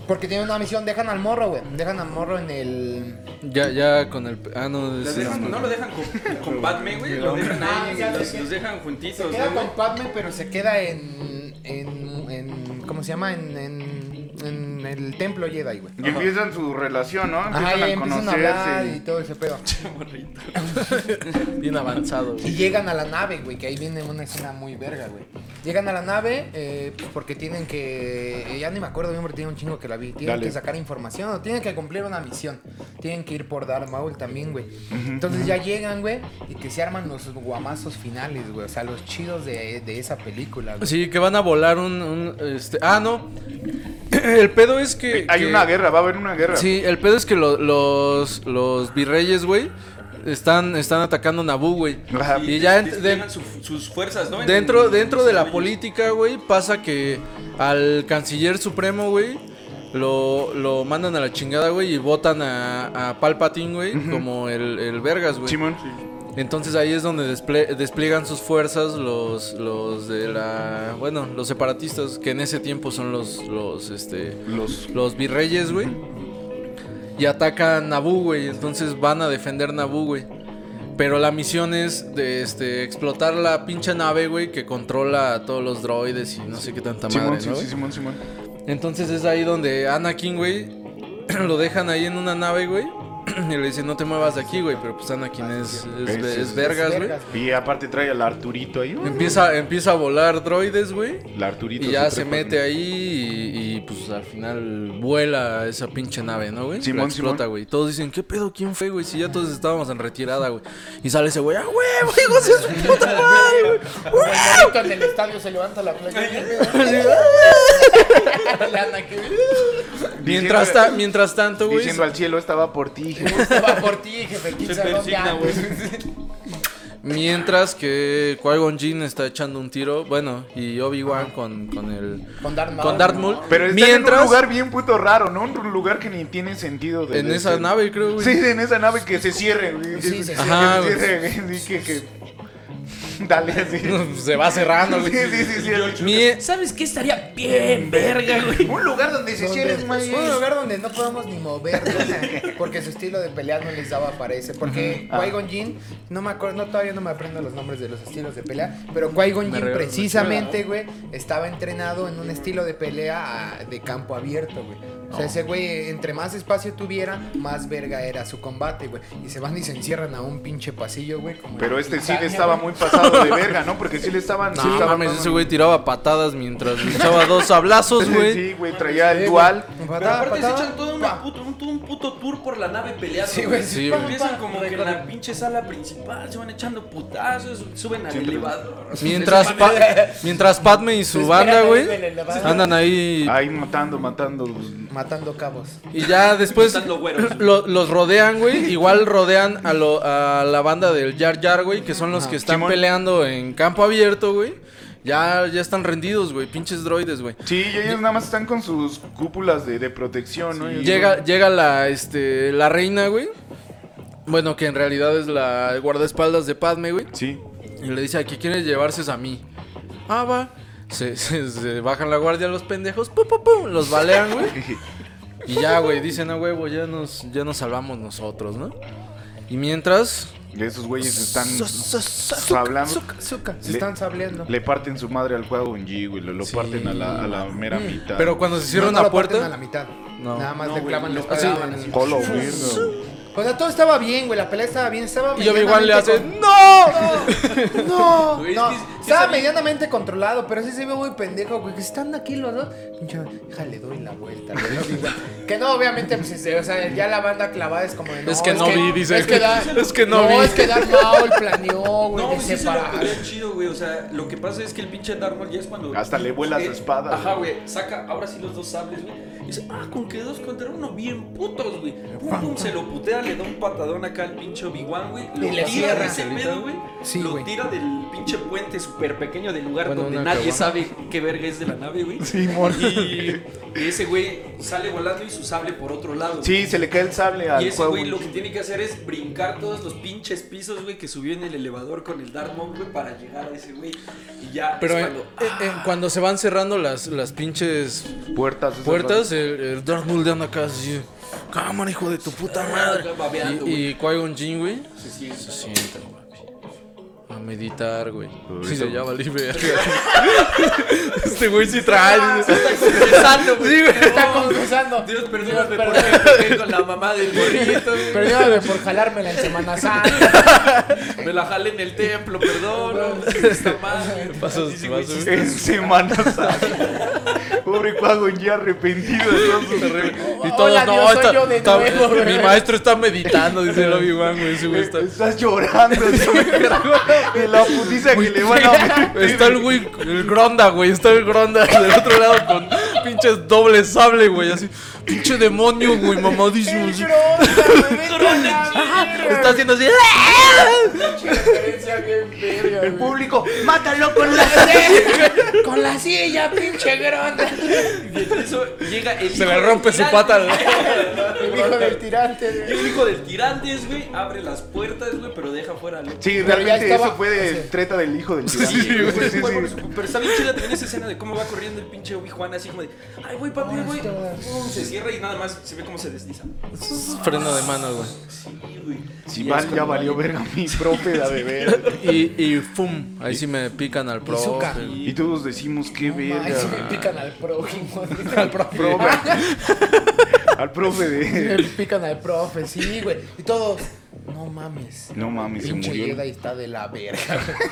A: Porque tienen una misión, dejan al morro, güey. Dejan al morro en el.
B: Ya, ya con el. Ah, no,
D: Las
B: es-
D: dejan- no lo dejan con, con Batman, güey. Lo dejan
A: Ah,
D: ahí.
A: ya
D: Los,
A: sé.
D: los dejan juntitos,
A: Se
D: ¿no,
A: queda
D: güey.
A: con Padme, pero se queda en. en. en ¿Cómo se llama? En, en- en el templo Jedi, güey.
C: Y empiezan su relación, ¿no? Empiezan
A: Ajá,
C: a
A: y empiezan a hablar
C: conocerse.
A: y todo ese pedo.
D: Morrito.
B: Bien avanzado,
A: Y
B: güey.
A: llegan a la nave, güey, que ahí viene una escena muy verga, güey. Llegan a la nave eh, porque tienen que. eh, Ya ni me acuerdo, mi hombre, tiene un chingo que la vi. Tienen
C: Dale.
A: que sacar información o tienen que cumplir una misión. Tienen que ir por Darth Maul también, güey. Entonces ya llegan, güey, y que se arman los guamazos finales, güey. O sea, los chidos de, de esa película, güey.
B: Sí, que van a volar un. un, este... Ah, no. [CLEARS THROAT] El pedo es que.
C: Hay
B: que-
C: una guerra, va a haber una guerra.
B: Sí, el pedo es que lo- los, los virreyes, güey, están, están atacando Naboo, güey.
C: Ajá.
B: Y ya ent- de-
D: entrenan sus fuerzas, ¿no? En-
B: dentro,
D: en-
B: dentro de la
D: en-
B: política, güey, pasa que al canciller supremo, güey, lo, lo mandan a la chingada, güey, y votan a, a Palpatine, güey, como el, el vergas, güey.
C: Simón.
B: Entonces ahí es donde desple- despliegan sus fuerzas los, los de la... Bueno, los separatistas, que en ese tiempo son los, los, este,
C: Los.
B: los virreyes, güey. Y atacan Naboo, güey. Entonces van a defender Naboo, güey. Pero la misión es de este, explotar la pinche nave, güey, que controla a todos los droides y no sé qué tanta madre,
C: Simón,
B: ¿no,
C: sí,
B: güey?
C: sí, Simón, Simón.
B: Entonces es ahí donde Anakin, güey, [CLEARS THROAT] lo dejan ahí en una nave, güey. [CLEARS THROAT] Y le dicen, no te muevas de aquí, güey. Pero pues Anakin es, es,
C: Es-
B: es
C: es-
B: vergas, güey.
C: Y aparte trae al Arturito ahí.
B: Empieza, empieza a volar droides, güey.
C: El Arturito.
B: Y ya se
C: trepa.
B: mete ahí y, y, pues al final vuela esa pinche nave, ¿no, güey?
C: Simón,
B: La explota,
C: Simón.
B: güey. Todos dicen, ¿qué pedo? ¿Quién fue, güey? Si ya todos estábamos en retirada, güey. Y sale ese güey, ¡ah, huevo, hijos de su puta madre, güey!
A: Ahorita en el estadio se levanta la playa. [LAUGHS] Le andan aquí,
B: Mientras, ta- mientras tanto, güey.
C: Diciendo al cielo estaba por ti. [LAUGHS]
A: va por ti, jefe. quién
D: Se
A: sabe dónde
D: persigna,
A: andas".
D: güey.
B: Mientras que Qui-Gon Jinn está echando un tiro, bueno, y Obi-Wan con, con el.
A: [LAUGHS] Con Darth Maul.
B: Con Darth Maul.
C: Pero está en
B: mientras.
C: un lugar bien puto raro, ¿no? Un lugar que ni tiene sentido. De,
B: en
C: de-
B: esa
C: de-
B: nave, creo, güey.
C: Sí, en esa nave que se cierre. güey.
A: Sí, se
B: Ajá,
C: Que
B: güey.
C: se cierre, güey. Sí, que- que- Dale, así.
B: [LAUGHS] Se va cerrando,
C: Sí,
B: güey.
C: sí, sí, sí.
B: Mie-
D: ¿Sabes qué estaría bien, verga, güey?
C: Un lugar donde se
A: Donde-
C: cierre es más
A: es un lugar donde no podemos ni movernos [LAUGHS] porque su estilo de pelea no les daba para ese. Porque
C: Ah.
A: Qui-Gon Jinn, no me acuerdo, no, todavía no me aprendo los nombres de los estilos de pelea, pero Qui-Gon
B: Me
A: Jinn
B: re-
A: precisamente, güey, estaba entrenado en un estilo de pelea ah, de campo abierto, güey. O sea, ese güey, entre más espacio tuviera, más verga era su combate, güey. Y se van y se encierran a un pinche pasillo, güey. como
C: Pero
A: en
C: este sí
A: Titania,
C: le estaba
A: güey.
C: muy
B: [LAUGHS]
C: pasado de verga, ¿no? Porque sí le estaban.
B: No,
C: sí estaban-
B: mames, ese güey tiraba patadas mientras luchaba dos sablazos, güey.
C: Sí, güey, traía
A: Sí,
C: el
A: güey.
C: dual.
A: Patada,
D: Pero aparte se
A: patada,
D: echan todo,
A: pa.
D: una puto, un, todo un puto tour por la nave peleando.
A: Sí, güey,
B: sí, güey.
D: Empiezan como que en la pinche sala principal, se van echando putazos, suben al
C: Siempre.
D: elevador.
B: Mientras, Pa- mientras Padme y su
A: Espérate,
B: banda, güey,
A: ahí en el elevador.
B: andan ahí.
C: Ahí matando, matando. güey.
A: Matando cabos.
B: Y
D: [LAUGHS]
B: ya después
D: Están los güeros.
B: lo- los rodean, güey. Igual rodean a, lo- a la banda del Jar Jar, güey, que son los que están
C: Simón.
B: peleando en campo abierto, güey. Ya, ya están rendidos, güey, pinches droides, güey.
C: Sí, y ellos nada más están con sus cúpulas de, de protección, ¿no? Ellos
B: Llega,
C: no-
B: llega la, este, la reina, güey. Bueno, que en realidad es la guardaespaldas de Padme, güey.
C: Sí.
B: Y le dice, ¿a qué quieres llevarse es a mí? Ah, va. Se, [LAUGHS] se- se bajan la guardia los pendejos, pum, pum, pum, los balean, güey. Y ya, güey, dicen, a huevo, ya nos, ya nos salvamos nosotros, ¿no? Y mientras...
C: Y esos güeyes están.
B: Su- su- su-
C: hablando.
B: suca, suca.
A: Se
C: Le-
A: están sableando.
C: Le parten su madre al juego en G, güey. Lo, lo
B: Sí. mm.
C: parten a la, a la mera mitad.
B: Pero cuando se cierra
A: No, no
B: una
A: lo parten A la
B: puerta...
A: mitad.
B: No.
A: Nada más
D: No,
A: le
D: güey,
A: clavan
D: lo
A: la espada.
B: así.
A: en-
C: Colo, güey. güey.
A: O sea, todo estaba bien, güey. La pelea estaba bien. Estaba
B: Y Obi-Wan le hace...
A: medianamente
B: ¡No!
A: [LAUGHS] con- No,
D: Güey, es
A: no.
D: que sí
A: estaba
D: sabía-
A: medianamente controlado, pero sí se ve muy pendejo, güey. Que están aquí los dos. Pinche, déjale, doy la vuelta, güey. Obi-Wan. que no, obviamente, pues, este, o sea, ya la banda clavada es como de.
B: Es que no vi, dice.
A: Es que, da-
B: Es que no vi.
A: es que Darth Maul planeó, güey,
D: No,
A: de
D: güey, sí se lo
A: separar.
D: pelean chido, güey. O sea, lo que pasa es que el pinche Darth Maul ya es cuando.
C: Hasta le vuela su
D: Eh,
C: espada,
D: Ajá,
C: güey.
D: güey. Saca ahora sí los dos sables, güey. Y dice, ah, con que dos contra uno, bien putos, güey. Pum, pum, se lo putea, le da un patadón acá al pinche Obi-Wan, güey. Lo
A: Y le
D: tira
A: cierra.
D: de ese pedo, güey.
A: Sí,
D: lo
A: güey.
D: tira del pinche puente súper pequeño del lugar
B: Bueno,
D: donde
B: una
D: nadie
B: caguama.
D: sabe qué verga es de la nave, güey.
C: Sí, mor.
D: Y ese güey sale volando y su sable por otro lado.
C: Sí, se le cae el sable al
D: Y ese
C: juego.
D: güey lo que tiene que hacer es brincar todos los pinches pisos, güey, que subió en el elevador con el Darth Maul, güey, para llegar a ese güey. Y ya. es
B: Pero eh, en,
D: cuando,
B: en-
A: ah.
B: en cuando se van cerrando las, las pinches
C: Puertas. esas
B: puertas, el, el Darth Maul de anda acá así... ¡Cámara, hijo de tu puta madre!
D: ah, Babeando,
B: Y, y Qui-Gon Jinn, güey,
D: se siente.
B: siente, papi. A meditar, güey.
C: Uy,
B: Sí,
C: eso-
B: de ya valí verga. Este güey sí trae.
D: Se está confesando, güey.
B: Sí, güey,
D: está
A: confesando.
D: Dios,
A: Dios,
D: perdóname por
A: perdóname.
D: meterme con la mamá del burrito.
A: Perdóname por jalármela en Semana Santa.
D: Me la jalé en el templo, perdón. Está
B: [LAUGHS]
D: mal.
B: Pasas-
D: Dice, güey,
B: vas-
D: sí,
C: En Semana Santa. [LAUGHS] Pobre Cuago ya arrepentido de todos sus pecados.
B: Y todos,
A: Hola,
B: no,
A: Dios, soy
B: está-
A: yo de
B: está-
A: nuevo, güey.
B: mi maestro está meditando, dice el Obi-Wan, güey. Ese güey está...
C: Estás Eh, llorando de la putiza que le van a meter.
B: Está el güey, el Gronda, güey. Está el Gronda del otro lado con pinches doble sable, güey. Así, pinche demonio, güey, mamadísimo. así. Está haciendo así. ¡ah!
A: El
C: público. ¡Mátalo con la
A: Con la silla, pinche gronda.
D: Y en eso llega el
B: Se
D: hijo
B: le
D: del
B: rompe su
D: tirante.
B: pata. güey.
A: El hijo del tirante.
D: Y el hijo del tirantes, güey, abre las puertas, güey, pero deja fuera al otro.
C: Sí,
A: Pero ya
C: realmente
A: estaba-
C: eso fue de treta del hijo del
B: Sí, sí,
C: tirante.
B: güey.
C: Sí, sí, sí.
D: Pero está bien chida también esa escena de cómo va corriendo el pinche Obi-Wan así como de, ay, güey, papi, güey. Pum, Se cierra y nada más se ve cómo se desliza.
B: Freno de mano, güey.
D: Sí, güey.
C: Si
D: Y es
C: mal,
D: cuando
C: ya
D: va-
C: valió verga mi profe de beber.
B: Y, y fum, ahí sí me pican al
A: Azúcar.
B: profe.
C: Y todos decimos, qué
A: Ay, si me
C: verga.
A: pican al prójimo. [LAUGHS] Al profe.
C: Profe. Al profe
A: Me
C: de.
A: pican al profe, sí, güey. Y todos. No mames.
C: No mames, se
A: Pinche
C: murió.
A: Jedi está de la [LAUGHS] verga.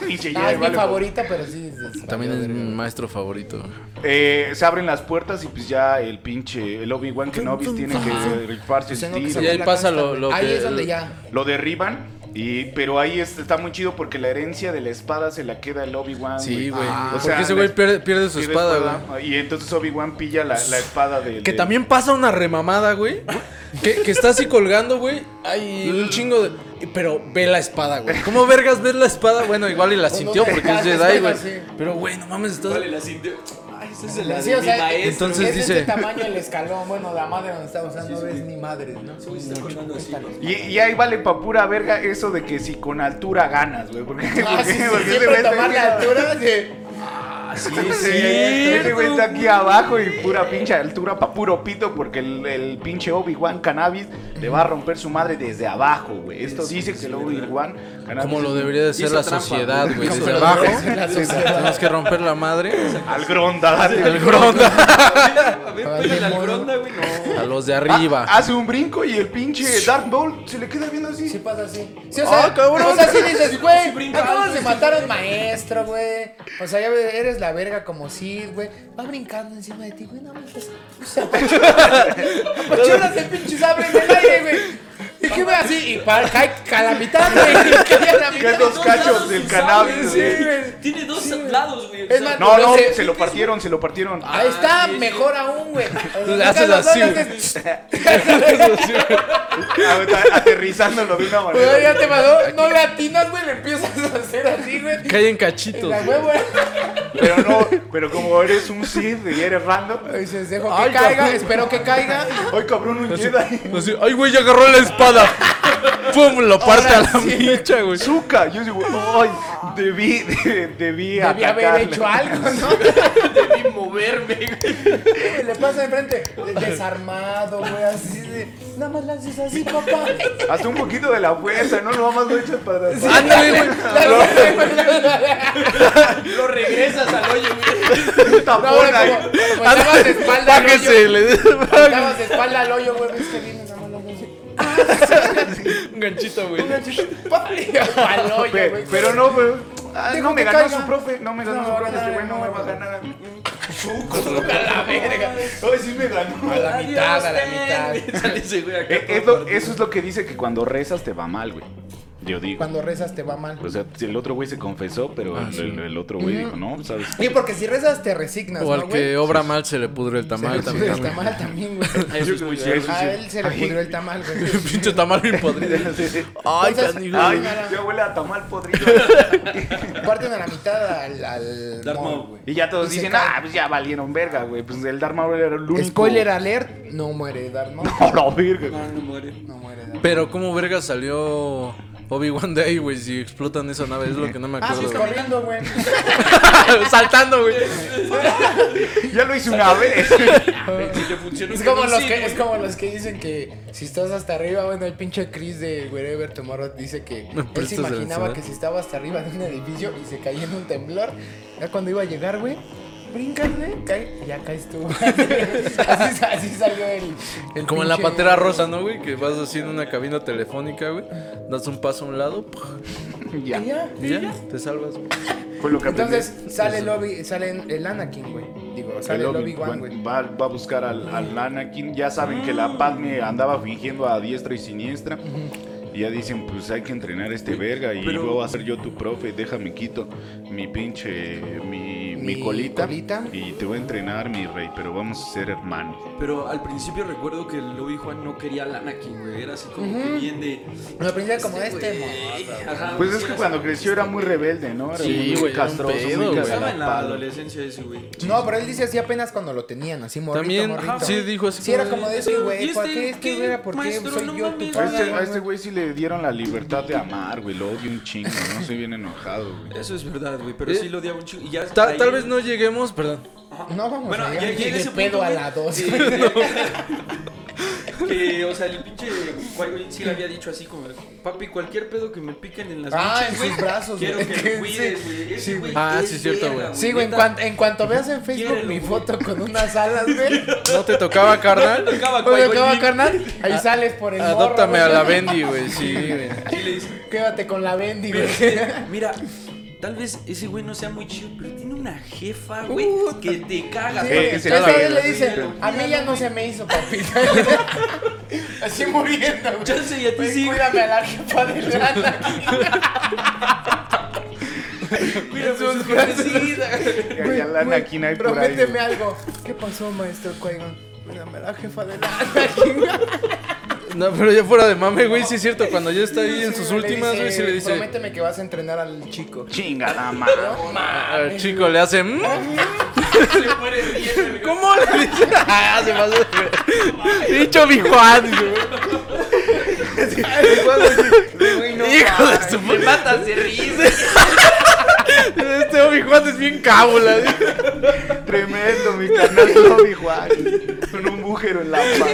C: Pinche
A: Ah,
C: Jedi,
A: es mi
C: vale,
A: favorita, pero sí. es-
B: También
A: vale,
B: es mi
A: verga.
B: maestro favorito.
C: Eh, se abren las puertas y pues ya el pinche el Obi-Wan Kenobi tiene que rifarse
A: Pues
C: el
A: tengo que
C: tiro.
A: sacar
B: Y ahí
A: la
B: pasa
A: casta,
B: lo-
A: güey.
B: lo
A: Ahí
B: que-
A: es donde ya.
C: Lo derriban y pero ahí es- está muy chido porque la herencia de la espada se la queda el Obi-Wan.
B: Sí, güey.
A: Ah,
C: o
B: Porque
C: sea,
B: ese güey
C: la-
B: pierde, pierde su
C: pide
B: espada, güey.
C: espada, Y entonces Obi-Wan pilla la, la espada del
B: Que
C: del-
B: también pasa una remamada, güey. Que, que está así colgando, güey. Hay un chingo de. Pero ve la espada, güey. ¿Cómo vergas ves la espada? Bueno, igual y la
A: no
B: sintió
A: te
B: porque es
A: pases,
B: Jedi,
A: bueno,
B: güey.
A: sí.
B: Pero, güey, no mames, estás.
D: Vale, la sintió. Ay, esa es la
A: Sí,
D: de
A: o
D: mi
A: sea,
D: maestro.
B: entonces
A: es de
B: dice-
A: este tamaño el escalón, bueno, la madre donde está, o sea, no ves ni madre, ¿no?
D: Ese güey está colgando así, güey.
C: Y, y ahí vale pa' pura verga eso de que si con altura ganas, güey. Porque, [LAUGHS]
A: Ah,
C: porque-
A: sí, sí,
C: porque ese
A: siempre
C: güey está
A: tomar
C: aquí
A: la
C: a-
A: altura de...
D: Así
C: [LAUGHS] Sí, ese güey está aquí abajo y pura pinche altura pa' puro pito porque el, el pinche Obi-Wan Cannabis le va a romper su madre desde abajo, güey. Esto dice que el Obi-Wan Cannabis...
B: Como lo debería de ser
D: esa
B: la
D: trampa,
B: sociedad,
D: güey.
B: güey.
A: Como
B: Desde
A: lo
B: abajo.
A: debería ser la sociedad.
B: Tenemos que romper la
D: [LAUGHS]
B: madre.
C: Al gronda, dale.
B: El gronda.
D: A ver,
A: Ay,
D: pégale al
A: mono.
D: gronda, güey. No.
B: A los de
D: Ah,
B: arriba.
C: Ah, hace un brinco y el pinche Dark Bowl se le queda viendo así.
A: Sí pasa así. Sí, o sea,
B: Ah, cabrón.
A: o sea, sí dices,
D: Sí
A: güey,
D: brinca
A: acabas
D: alto,
A: de
D: sí
A: matar a un maestro, güey. O sea, ya eres la verga como Sid, güey. Va brincando encima de ti, güey, no mames. O sea, apachuras el pinche sable en el aire, güey. Y que, güey, así, y para, cae a la mitad, güey. Cae a la
C: Que
A: mitad.
C: es dos cachos del cannabis,
D: Sí,
C: güey.
D: güey. Tiene dos lados, güey. o
A: Es
D: sea,
A: más,
C: No, Ah. no,
A: Ese-
C: se lo partieron, se lo partieron.
A: Ahí está,
D: sí, sí.
A: mejor aún, güey.
B: Ah, Le haces así, güey.
C: A- Aterrizándolo de una
A: Pero
C: manera.
A: ya te pasó, no le atinas, güey, le empiezas a hacer así, güey.
B: Caen
A: Y
B: cachitos.
A: La
B: güey.
A: huevo,
C: Pero no, pero como eres un Sith y eres random.
A: Dices, dejo que
B: Ay,
A: caiga,
B: cabrón.
A: espero que caiga.
C: Ay, cabrón, un Jedi.
B: Así, ay, güey, ya agarró la
A: [LAUGHS]
B: espada. Pum, lo parte
A: Ahora
B: a la
A: sí.
B: micha, güey.
C: Zuka. Yo digo, ay, debí, [LAUGHS] de- debí
A: Debí
C: atacarle.
A: haber hecho algo, ¿no?
D: debí moverme, güey.
A: Le pasa de frente, desarmado, güey, así de. Nada más lances así, papá. [LAUGHS]
C: Hasta un poquito de la fuerza, ¿no? Lo más lo echas para atrás.
B: Ándale, güey.
D: Lo regresas al hoyo, güey.
C: Ah, Un tapón
A: No, güey,
C: ahí.
B: [LAUGHS]
A: como, como estabas de Pues espalda al
B: Bájese,
A: hoyo.
B: le
A: Estabas de espalda al hoyo, güey, ves que viene, nada más lances así.
B: un ganchito, güey.
A: ¡pah! [LAUGHS] Al hoyo,
C: Pe-
A: güey.
C: Pero no, güey. Ah,
A: Dejo
C: no me
A: que
C: ganó
A: caiga.
C: su profe, no me ganó
A: No,
C: su profe,
A: no,
C: este güey
A: no,
C: no me
A: no,
C: va a
A: no.
C: ganar. la verga. Ay, sí me ganó.
A: A [LAUGHS] la mitad, a la
D: Adiós, güey.
A: mitad.
D: Sale ese güey acá
C: Eh,
D: todo
C: es lo-
D: partido.
C: eso es lo que dice que cuando rezas te va mal, güey. Yo digo.
A: Cuando Ah, rezas te va mal.
C: O sea, si el otro güey se confesó, pero el, el- el otro güey dijo, no,
A: [LAUGHS]
C: ¿sabes?
A: Sí, porque si rezas te
B: O
A: resignas, ¿no,
B: al
A: güey?
B: que obra mal se le pudre el tamal
A: Sí,
B: también.
A: el tamal también, güey.
D: Ay, eso es muy
C: Sí, eso
A: A
C: sí.
A: él se le
C: Ay.
A: pudrió el tamal,
B: [LAUGHS]
A: güey.
B: Pinche tamal bien podrido. Ay,
A: Entonces,
B: canijo.
C: Ay,
B: güey.
C: yo huele a tamal podrido.
A: Parten a la mitad al, al
D: Darth
A: mall,
D: Maul, güey.
C: y ya todos
A: Y se
C: dicen,
A: cae.
C: ah, pues ya valieron verga, güey. Pues el Darth Maul era el único. [LAUGHS]
A: Spoiler alert, no muere Darth Maul.
C: A la verga.
D: No, no muere.
A: Ah, No muere Darth Maul.
B: Pero cómo verga salió Obi-Wan Day, güey, si explotan esa nave, es lo que no me
A: Ah, sí,
B: acuerdo. güey.
A: corriendo, güey.
B: Saltando, güey. [LAUGHS]
C: Ya lo hice una vez. [LAUGHS]
D: Si te funciona
A: Es
D: un
A: como, los que,
D: pedoncito,
A: es
D: güey.
A: como los que dicen que si estás hasta arriba, bueno, el pinche Chris de Wherever Tomorrow dice que él
B: prestas
A: se imaginaba
B: el
A: que si estaba hasta arriba de un edificio y se caía en un temblor, ya cuando iba a llegar, güey, brincas, güey, cae, y ya caes tú. [LAUGHS] así, así salió el, el
B: Como en la
A: pinche-
B: pantera rosa, ¿no, güey? Que vas así en una cabina telefónica, güey. Das un paso a un lado, ¡puf!
C: ya.
A: Y ya.
B: y ya, te salvas. güey.
C: Fue lo que aprendí.
A: Entonces sale el Obi, sale el Anakin, güey. Digo, sale el
C: El
A: Obi-Wan, güey.
C: Obi-Wan va, va a buscar al, al Anakin. Ya saben que la Padme andaba fingiendo a diestra y siniestra. Y ya dicen, pues hay que entrenar a este verga y
D: pero-
C: voy a ser yo tu profe. Déjame quito mi pinche, mi, mi
A: Mi
C: colita,
A: colita.
C: Y te voy a entrenar, mi rey, pero vamos a ser hermanos.
D: Pero al principio recuerdo que el Obi Juan no quería al Anakin, güey. Era así como que bien de.
A: Lo aprendí como este,
D: güey.
A: morro, güey.
D: Ajá,
C: Pues
D: sí,
C: es que
D: era
C: cuando
D: así.
C: creció era muy rebelde, ¿no? Era
B: Sí,
C: muy
B: güey, era un
C: castroso, muy
B: pedo, güey.
D: Estaba en la
C: cagapalo.
D: adolescencia ese, güey.
A: No, pero él dice así apenas cuando lo tenían, así morrito,
B: También,
A: morrito.
B: ajá, sí, dijo así
A: Sí, era
B: como de,
A: como de ese,
D: "Pero,
A: güey,
D: ¿y
A: ¿por
D: este
A: qué? Es que
D: qué,
A: era, ¿por qué
D: maestro?
A: soy
D: No
A: yo tu
D: mames,
C: A
A: padre?
C: este, a
A: güey?"
C: este güey sí le dieron la libertad de amar, güey. Lo odio un chingo, ¿no? Soy bien enojado, güey.
D: Eso es verdad, güey. Pero
B: Eh,
D: sí lo odiaba un chico. Y ya
B: Ta-
D: ahí-
B: tal vez no lleguemos, perdón.
D: Ajá.
A: No, vamos
D: bueno,
A: a
D: ya,
A: llegar
D: ya en
A: de
D: ese
A: pedo
D: punto,
A: a
D: güey,
A: la dos.
D: que- que- [LAUGHS] que, o sea, el pinche Qui-Gon sí le había dicho así como, papi, cualquier pedo que me piquen en las
A: Ah,
D: noches,
A: en
D: güey,
A: sus brazos,
D: quiero
A: [LAUGHS] güey.
D: que lo cuides, güey. Ese
A: Sí,
D: güey
B: Ah,
D: es
B: sí, es cierto,
D: verga,
B: güey.
A: Sí, güey, en,
D: neta.
A: cuan- en cuanto veas en Facebook
D: Quiérelo,
A: mi
D: güey.
A: foto con unas alas, güey.
B: [LAUGHS] ¿No te tocaba, carnal?
D: Tocaba
A: Oye,
D: Qui-Gon
A: ¿qué va,
D: Jinn.
A: carnal? Ahí sales por el morro,
B: Ah, Adóptame a
A: güey.
B: la Bendy, güey. [LAUGHS] Sí, güey.
D: Y le dice,
A: [LAUGHS] Quédate con la Bendy,
D: Pero
A: [LAUGHS] güey.
D: es que, mira, tal vez ese güey no sea muy chido, pero tiene una jefa, güey,
A: Puta.
D: que te caga.
A: Sí,
D: güey.
A: güey.
C: Eh, que se
A: Esa
C: la
A: vez
C: verga,
A: le
C: sí,
A: dice,
D: pero-
A: a mí ya no se me hizo, papita. [LAUGHS] Así muriendo, güey.
D: Chance, y a ti
A: Güey,
D: sí.
A: Cuídame a la jefa de lana.
B: Pues,
D: Cuídame,
A: Sus
D: su
A: frases.
B: [LAUGHS]
D: jefecita.
C: [LAUGHS] Güey, ya la
A: güey,
C: Anakin hay por ahí,
A: Prométeme
C: güey.
A: algo. ¿Qué pasó, maestro Cuaigon? Cuídame a la jefa
B: [LAUGHS]
A: de la
B: No, pero ya fuera de mame, güey, sí es cierto. Cuando ya está ahí en sus últimas, güey, sí le dice.
A: Prométeme que vas a entrenar al chico.
C: Chinga la madre. [LAUGHS]
B: Al chico le hace. "Mm". [LAUGHS]
D: Se muere riendo, güey.
B: ¿Cómo [LAUGHS] le dice? Ah, se pasó. de- Dicho mi Juan, güey. Hijo de su
D: Me mata, se ríe.
B: Este Obi Juan es bien cábula. güey.
C: Tremendo, mi canal Toby Juan. Con un bujero en la mano.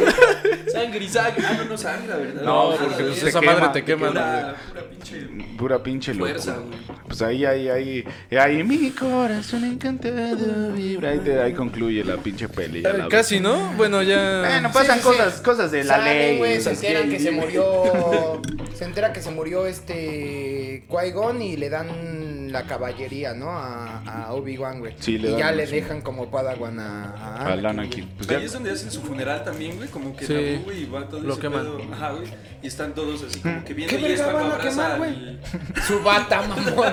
D: Sangre y sangre. Ah, no, no sangra, ¿verdad?
C: No,
D: Nada,
C: porque
D: güey.
C: se
B: pues, esa
C: quema,
B: madre te
C: te
B: quema, ¿no?
D: Pura, pura pinche
C: Pura pinche
D: fuerza,
C: locura.
D: güey.
C: Pues ahí, ahí, ahí. Ahí mi corazón encantado vibra. Ahí, te- ahí concluye la pinche peli. ya la
B: Eh, Casi, ¿no? Bueno,
C: ves. Bueno,
B: ya.
C: pasan
A: sí, sí.
C: cosas, cosas de la
A: Sale,
C: ley.
A: güey, se
C: esas
A: enteran que se
C: leyes.
A: murió. Se entera que se murió este Qui-Gon y le dan la caballería, ¿no? A, a Obi-Wan, güey.
C: Sí, le
A: y
C: dan
A: ya
C: el-
A: le dejan como Padawan a, a
C: Al
A: Anakin,
C: Anakin. Pues ya-
D: Ahí es donde hacen su funeral también, güey, como que
B: Sí.
D: tabú, güey, y va todo
B: Lo
D: ese
B: queman.
D: pedo. Ajá, güey. Y están todos así como que viendo
A: ¿Qué
D: y
A: verga
D: es cuando
A: van a
D: abraza
A: quemar,
D: al-
A: güey? Su bata, mamón.
C: pues,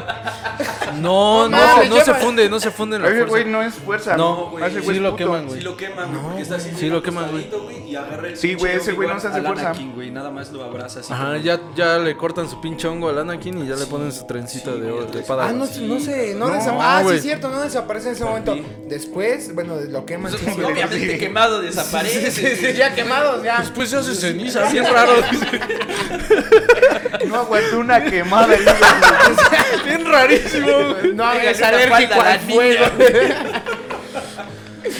B: No,
A: No
B: no, se-
A: mames,
B: no se
A: lleva-
B: funde, no se funde en la
C: Oye, güey,
B: fuerza.
C: no es fuerza.
B: No,
D: güey,
C: Ese
D: sí
C: es
B: lo
C: puto.
B: queman, güey.
D: Sí lo queman, güey, porque está así.
B: sí lo queman, güey.
D: acostadito, güey. Y agarra el
C: Sí, güey,
D: pinche
C: ese güey no
D: Obi-Wan
C: se hace
D: al
C: fuerza.
D: Anakin, güey, nada más lo abraza así.
B: Ajá,
D: [LAUGHS] como-
B: ya, ya le cortan su pinche hongo al Anakin y ya le ponen su trencita de,
D: Sí, güey,
B: oro- de
D: entonces-
A: Ah,
B: Padawan.
A: no, no sé, no,
B: No,
A: desa- Ah, sí,
B: güey.
A: es cierto, no desaparece en ese momento. Después, bueno, lo queman.
D: Pues,
A: sí, sí,
D: obviamente quemado
A: [LAUGHS]
D: desaparece.
A: sí, sí, sí, ya quemados,
C: Pues
A: ya.
B: Después se hace ceniza, [LAUGHS] bien raro.
C: No aguanté una quemada. ahí, güey.
B: bien rarísimo.
A: No hagas
D: una
A: alérgico
D: falda a
A: al
D: la
A: fuego.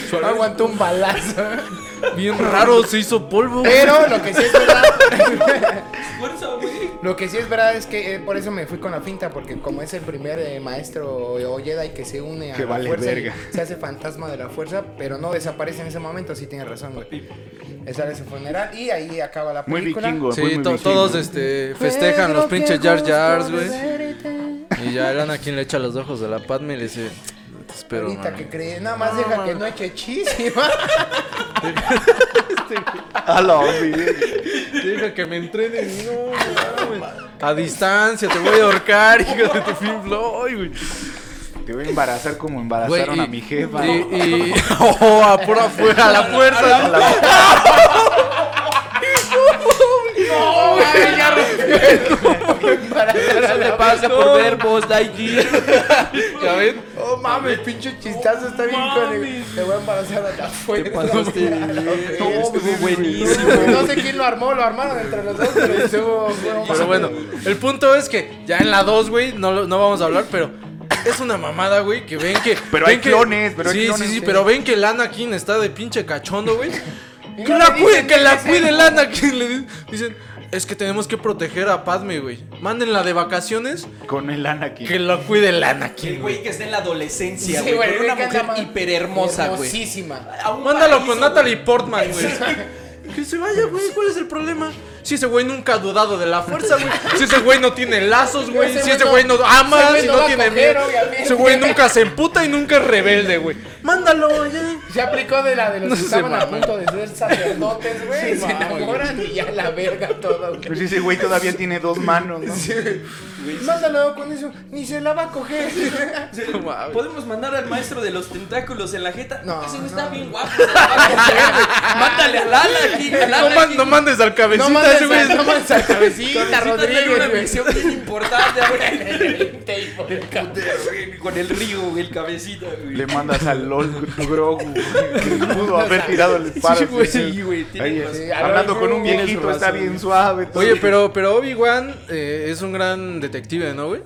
B: Su-
A: No aguantó un balazo.
B: Bien raro, se hizo polvo. güey.
A: Pero lo que sí es verdad.
D: Fuerza, güey.
A: Lo que sí es verdad es que eh, por eso me fui con la finta, porque como es el primer eh, maestro o Jedi que se une a
C: Que
A: la
C: vale
A: fuerza, y
C: verga.
A: se hace fantasma de la fuerza, pero no desaparece en ese momento, sí tiene razón, güey. Él Sale su funeral y ahí acaba la
C: Muy
A: película.
C: vikingo.
B: Sí,
C: muy, muy
B: to-
C: vikingo.
B: todos este, festejan los pinches Jar Jars, güey. Y ya el Anakin le echa los ojos de la Padme y le dice, "No te espero,
A: Ahorita
B: mami".
A: que cree, nada más deja que no eche chis y va.
C: [LAUGHS] A la hombre.
B: Deja que me entrenen, no, mames. A distancia, te voy a ahorcar, [LAUGHS] hijo de tu Pink Floyd, güey.
C: Te voy a embarazar como embarazaron
B: Güey,
C: a mi jefa.
B: Y, y- [LAUGHS] oh, a pura fuerza, a la fuerza.
C: A la-
A: Ay, ya Para
E: Eso le pasa por ver Buzz Lightyear.
B: ¿Ya ven?
A: [LAUGHS] Oh mames, pinche chistazo está bien con el. Te voy a embarazar a la
D: Te
A: fuerza.
D: pasaste de ver.
A: No,
D: Estuvo buenísimo.
A: No sé quién lo armó, lo armaron entre los dos, pero estuvo- fue un-
B: Pero bueno, el punto es que ya en la 2, güey, no, lo- no vamos a hablar, pero es una mamada, güey, que ven que...
C: Pero
B: ven
C: hay
B: que-
C: clones, pero hay
B: sí,
C: clones,
B: Sí, sí,
C: sí.
B: pero ven que el Anakin está de pinche cachondo, güey.
A: Y
B: Que
A: no
B: la
A: le
B: cuide,
A: dicen
B: que
A: quién
B: la
A: es él.
B: cuide el Anakin. Le di- dicen, es que tenemos que proteger a Padme, güey. Mándenla de vacaciones,
C: Con el Anakin.
B: que la cuide el
D: El
B: Anakin, güey.
D: güey que está en la adolescencia,
A: Sí,
D: güey.
A: güey,
D: con una
A: que anda
D: mujer
A: mal.
D: hiper hermosa, güey.
A: Hermosísima.
D: A un
B: Mándalo
D: paraíso,
B: con Natalie Portman, güey. Que se vaya, güey. ¿Cuál es el problema? Si ese güey nunca ha dudado de la fuerza, güey. Si ese güey no tiene lazos, güey.
A: Ese
B: Si
A: güey
B: ese
A: no-
B: güey no ama,
A: ese güey
B: si
A: no
B: no
A: va a
B: tiene
A: coger,
B: miedo.
A: obviamente.
B: Ese güey nunca se emputa y nunca es rebelde, güey. Mándalo, ya.
A: Se aplicó de la de los
B: No
A: que
B: se
A: estaban a
B: mamó.
A: punto de ser sacerdotes, güey. se enamoran y ya la verga todo, güey.
C: Pues ese güey todavía tiene dos manos, ¿no?
A: Mándalo con eso, ni se la va a coger.
D: Sí, Podemos mandar al maestro de los tentáculos en la jeta.
A: No,
D: Ese güey
A: no.
D: está bien guapo. se la va a coger, güey. Mándale a Lala aquí. a Lala
B: No, man-
D: aquí.
B: no mandes al cabecita
A: No mandes
B: ese güey.
A: a- no mandes a Cabecita
D: Necesitan una
A: Rodríguez, güey.
D: misión bien importante ahora en el tape. Con el río, güey, el cabecita, güey.
C: Le mandas al LOL con tu Grogu. güey. Pudo haber tirado el paro.
D: Sí, güey, sí, güey, tienes
C: Ahí,
D: razón.
A: Sí, a
C: hablando
A: ver,
C: con un
A: Grogu.
C: viejito
D: Tienes
C: está
D: razón.
C: bien suave. todo.
B: Oye, pero, pero Obi-Wan eh, es un gran detective, ¿no, güey?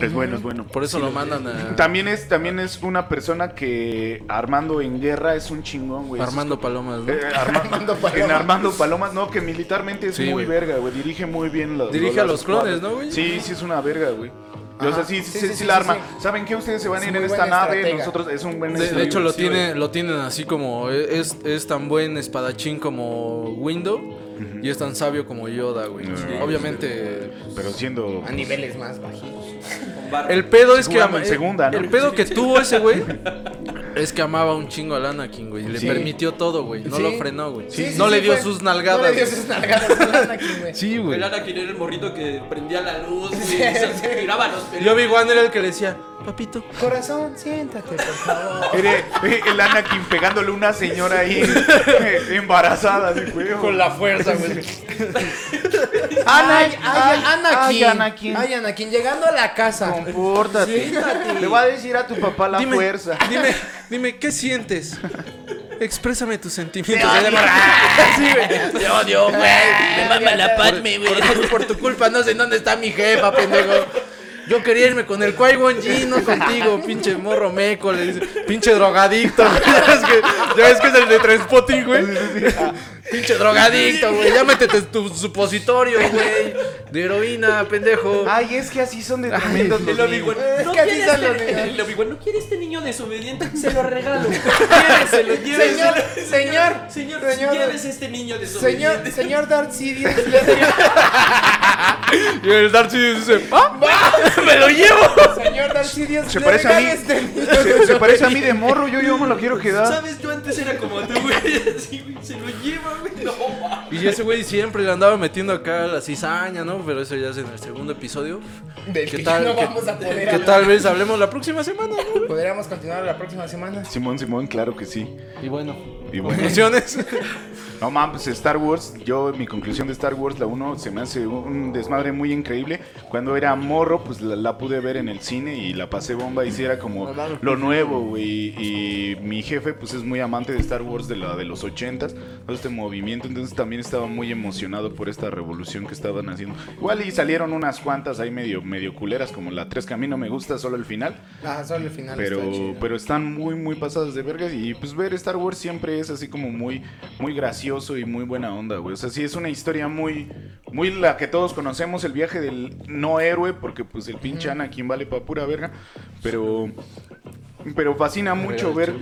C: Es bueno, es bueno.
B: Por eso lo mandan a
C: También es, también es una persona que Armando en guerra es un chingón, güey.
B: Armando Palomas, ¿no?
C: [LAUGHS] Eh, Arma-
A: Armando Palomas.
C: En Armando Palomas, no, que militarmente es
B: Sí,
C: muy
B: güey.
C: verga, güey. Dirige muy bien los.
B: Dirige a los clones, ¿no, güey?
C: Sí, sí, es una verga, güey. O sea, sí, sí,
A: Sí,
C: sí,
A: sí,
C: sí
A: sí,
C: la
A: sí,
C: arma.
A: sí.
C: ¿Saben qué? Ustedes se van a
A: Es
C: ir
A: muy
C: en
A: buen
C: esta nave.
A: estratega.
C: Nosotros es un buen
B: De, de
C: estratega.
B: hecho lo
C: Sí,
B: tiene, lo tienen así como es, es tan buen espadachín como Window y es tan sabio como Yoda, güey.
C: Ah, Sí,
B: Obviamente.
C: güey. Pero siendo.
A: A niveles más bajitos.
D: Con barba.
B: El pedo es que
C: Jugando
B: ama-
C: en segunda, ¿no?
B: el pedo que tuvo ese güey es que amaba un chingo a Anakin, güey. y Le
C: Sí.
B: permitió todo, güey. No
A: Sí.
B: lo frenó, güey.
A: Sí, sí,
B: no
A: sí,
B: le dio
A: fue-
B: sus
A: No
B: nalgadas.
A: le dio sus nalgadas al Anakin, güey.
B: Sí,
D: El Anakin era el morrito que prendía la
A: [LAUGHS]
D: luz y se giraba los
B: Y Obi-Wan era el que le decía, papito.
A: Corazón, siéntate, por favor.
C: Mire, [LAUGHS] eh, el Anakin pegándole una señora ahí eh, embarazada, así, güey.
B: fuerza, güey. [LAUGHS]
C: Ana-
A: Ay, ay,
C: ay,
A: Anakin.
C: Anakin.
A: Ay, Anakin, llegando a la casa.
C: Compórtate. Le va a decir a tu papá la
B: Dime,
C: fuerza.
B: dime, dime, ¿qué sientes? Exprésame tus sentimientos.
E: Te odio, güey. Me mama la Padme, güey.
B: Por, por tu culpa no sé en dónde está mi jefa, pendejo. Yo quería irme con el Kwai no contigo, pinche morro meco, le dice, pinche drogadicto, güey. [LAUGHS] ya ves que, ya ves que es el de Transpotting, güey. pinche drogadicto, güey, ya métete tu supositorio, güey, de heroína, pendejo.
C: Ay, es que así son de tremendos los
D: El Obi-Wan,
C: niños.
A: Es
D: no
A: que así
D: quiere
A: son los
D: este, [LAUGHS]
A: niños.
D: el Obi-Wan, ¿no quiere este niño desobediente? Se lo regalo.
A: [LAUGHS]
D: Lléveselo,
A: Señor,
D: lléveselo.
A: señor,
D: Señor,
A: señor.
D: si quieres este niño
A: Señor,
D: desobediente.
A: señor Darth
D: [LAUGHS]
A: Sidious, le doy-
B: [LAUGHS] Y el Darth Sidious dice,
A: [LAUGHS]
B: ¡ah! [LAUGHS] ¡Me lo llevo!
A: señor Darth Sidious,
C: Se
A: este le
C: parece a mí.
A: regales
B: [LAUGHS]
A: de mí.
C: Se, se parece a mí de morro, yo, yo me lo quiero quedar.
D: ¿Sabes? Yo antes era como tú, güey. Así, güey, se lo lleva, güey. No, ma.
B: Y ese güey siempre le andaba metiendo acá la cizaña, ¿no? Pero eso ya es en el segundo episodio.
A: [LAUGHS] Del
B: ¿Qué
A: que
B: tal?
A: no
B: ¿Qué-
A: vamos a poder
B: Que
A: hablar.
B: tal vez hablemos la próxima semana, ¿no? güey?
A: Podríamos continuar la próxima semana.
C: Simón, Simón, claro que sí.
B: Y bueno,
C: Y bueno.
B: conclusiones.
C: No mames, pues Star Wars, yo mi conclusión de Star Wars, la 1 se me hace un desmadre muy increíble. Cuando era morro, pues la, la pude ver en el cine y la pasé bomba y sí era como lo nuevo, güey. Y, y mi jefe, pues es muy amante de Star Wars de la de los 80s, todo este movimiento, entonces también estaba muy emocionado por esta revolución que estaban haciendo. Igual y salieron unas cuantas ahí medio, medio culeras, como la 3 que a mí no me gusta, solo el final.
A: Ah, solo el final
C: Pero,
A: está
B: pues,
A: chido.
C: pero están muy, muy pasadas de vergas. Y pues ver Star Wars siempre es así como muy, muy gracioso y muy buena onda, güey. O sea, sí es una historia muy, muy la que todos conocemos, el viaje del no héroe, porque pues el pinche Anakin vale pa' pura verga. Pero, pero fascina [LAUGHS] mucho ver,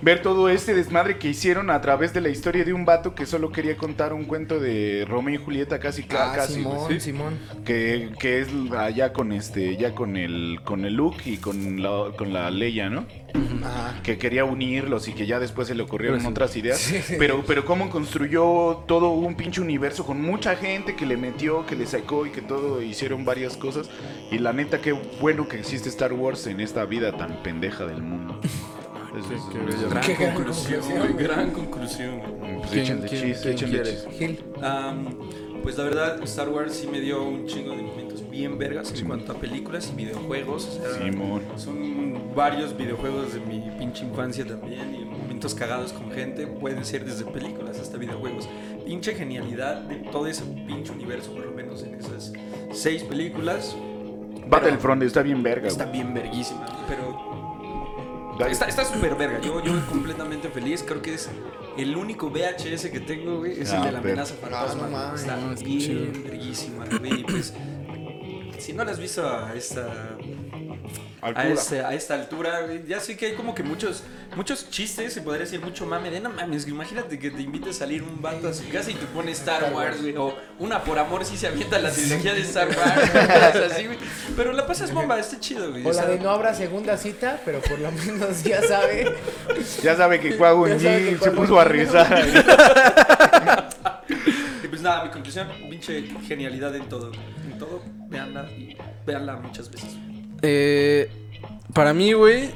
C: ver todo este desmadre que hicieron a través de la historia de un vato que solo quería contar un cuento de Romeo y Julieta casi, cla-
A: Ah,
C: casi. güey.
A: Simón,
B: pues,
C: Sí
A: Simón.
C: que, que es allá con este ya con el con el Luke y con la con la Leia, ¿no?
B: Mm.
A: Ajá.
C: Que quería unirlos y que ya después se le ocurrieron
B: Pero Pues, sí.
C: otras ideas, pero pero cómo construyó todo un pinche universo con mucha gente que le metió, que le sacó y que todo hicieron varias cosas y la neta qué bueno que existe Star Wars en esta vida tan pendeja
B: [LAUGHS]
C: del mundo. Eso es-
D: Gran
A: Qué gran
D: conclusión,
A: conclusión,
D: güey. Gran conclusión, güey.
C: Pues
B: ¿Quién-
C: échenle
B: quién-
C: chis,
B: quién
C: échenle
B: quiere?
C: chis.
A: Gil.
D: Am, Pues la verdad, Star Wars sí me dio un chingo de momentos bien vergas en
C: Simón.
D: cuanto a películas y videojuegos. o sea,
C: Simón.
D: son varios videojuegos de mi pinche infancia también y momentos cagados con gente. Pueden ser desde películas hasta videojuegos. Pinche genialidad de todo ese pinche universo, por lo menos en esas seis películas.
C: Battlefront está bien verga,
D: Está
C: güey.
D: bien verguísima, pero
C: Dale.
D: Está está súper verga. Yo, yo completamente feliz. Creo que es el único VHS que tengo, güey. Es
C: Ah,
D: el de la
C: pero-
D: amenaza fantasma.
A: no mames,
D: está
B: no, es que chido.
D: bien verguísima, güey. Y pues, si no la has visto a esta, a,
C: Altura.
D: este- a esta altura, güey, ya sé que hay como que muchos muchos chistes, se podría decir, mucho mame. De no mames, güey, imagínate que te invite a salir un vato a su casa y te pone Star Wars, güey. O una por amor si se avienta la trilogía de Star Wars. güey, [LAUGHS] cosas así, güey. Pero la pasas bomba, está chido, güey.
A: O la
D: Está-
A: de no habrá segunda cita, pero por lo [LAUGHS] menos ya sabe.
C: Ya sabe que Quago
A: Ya sabe que
C: G se
A: Quagon
C: puso a
A: Jin-
C: rezar.
D: Y pues nada, mi conclusión, pinche genialidad en todo. En todo, veanla y veanla muchas veces.
B: Eh, para mí, güey,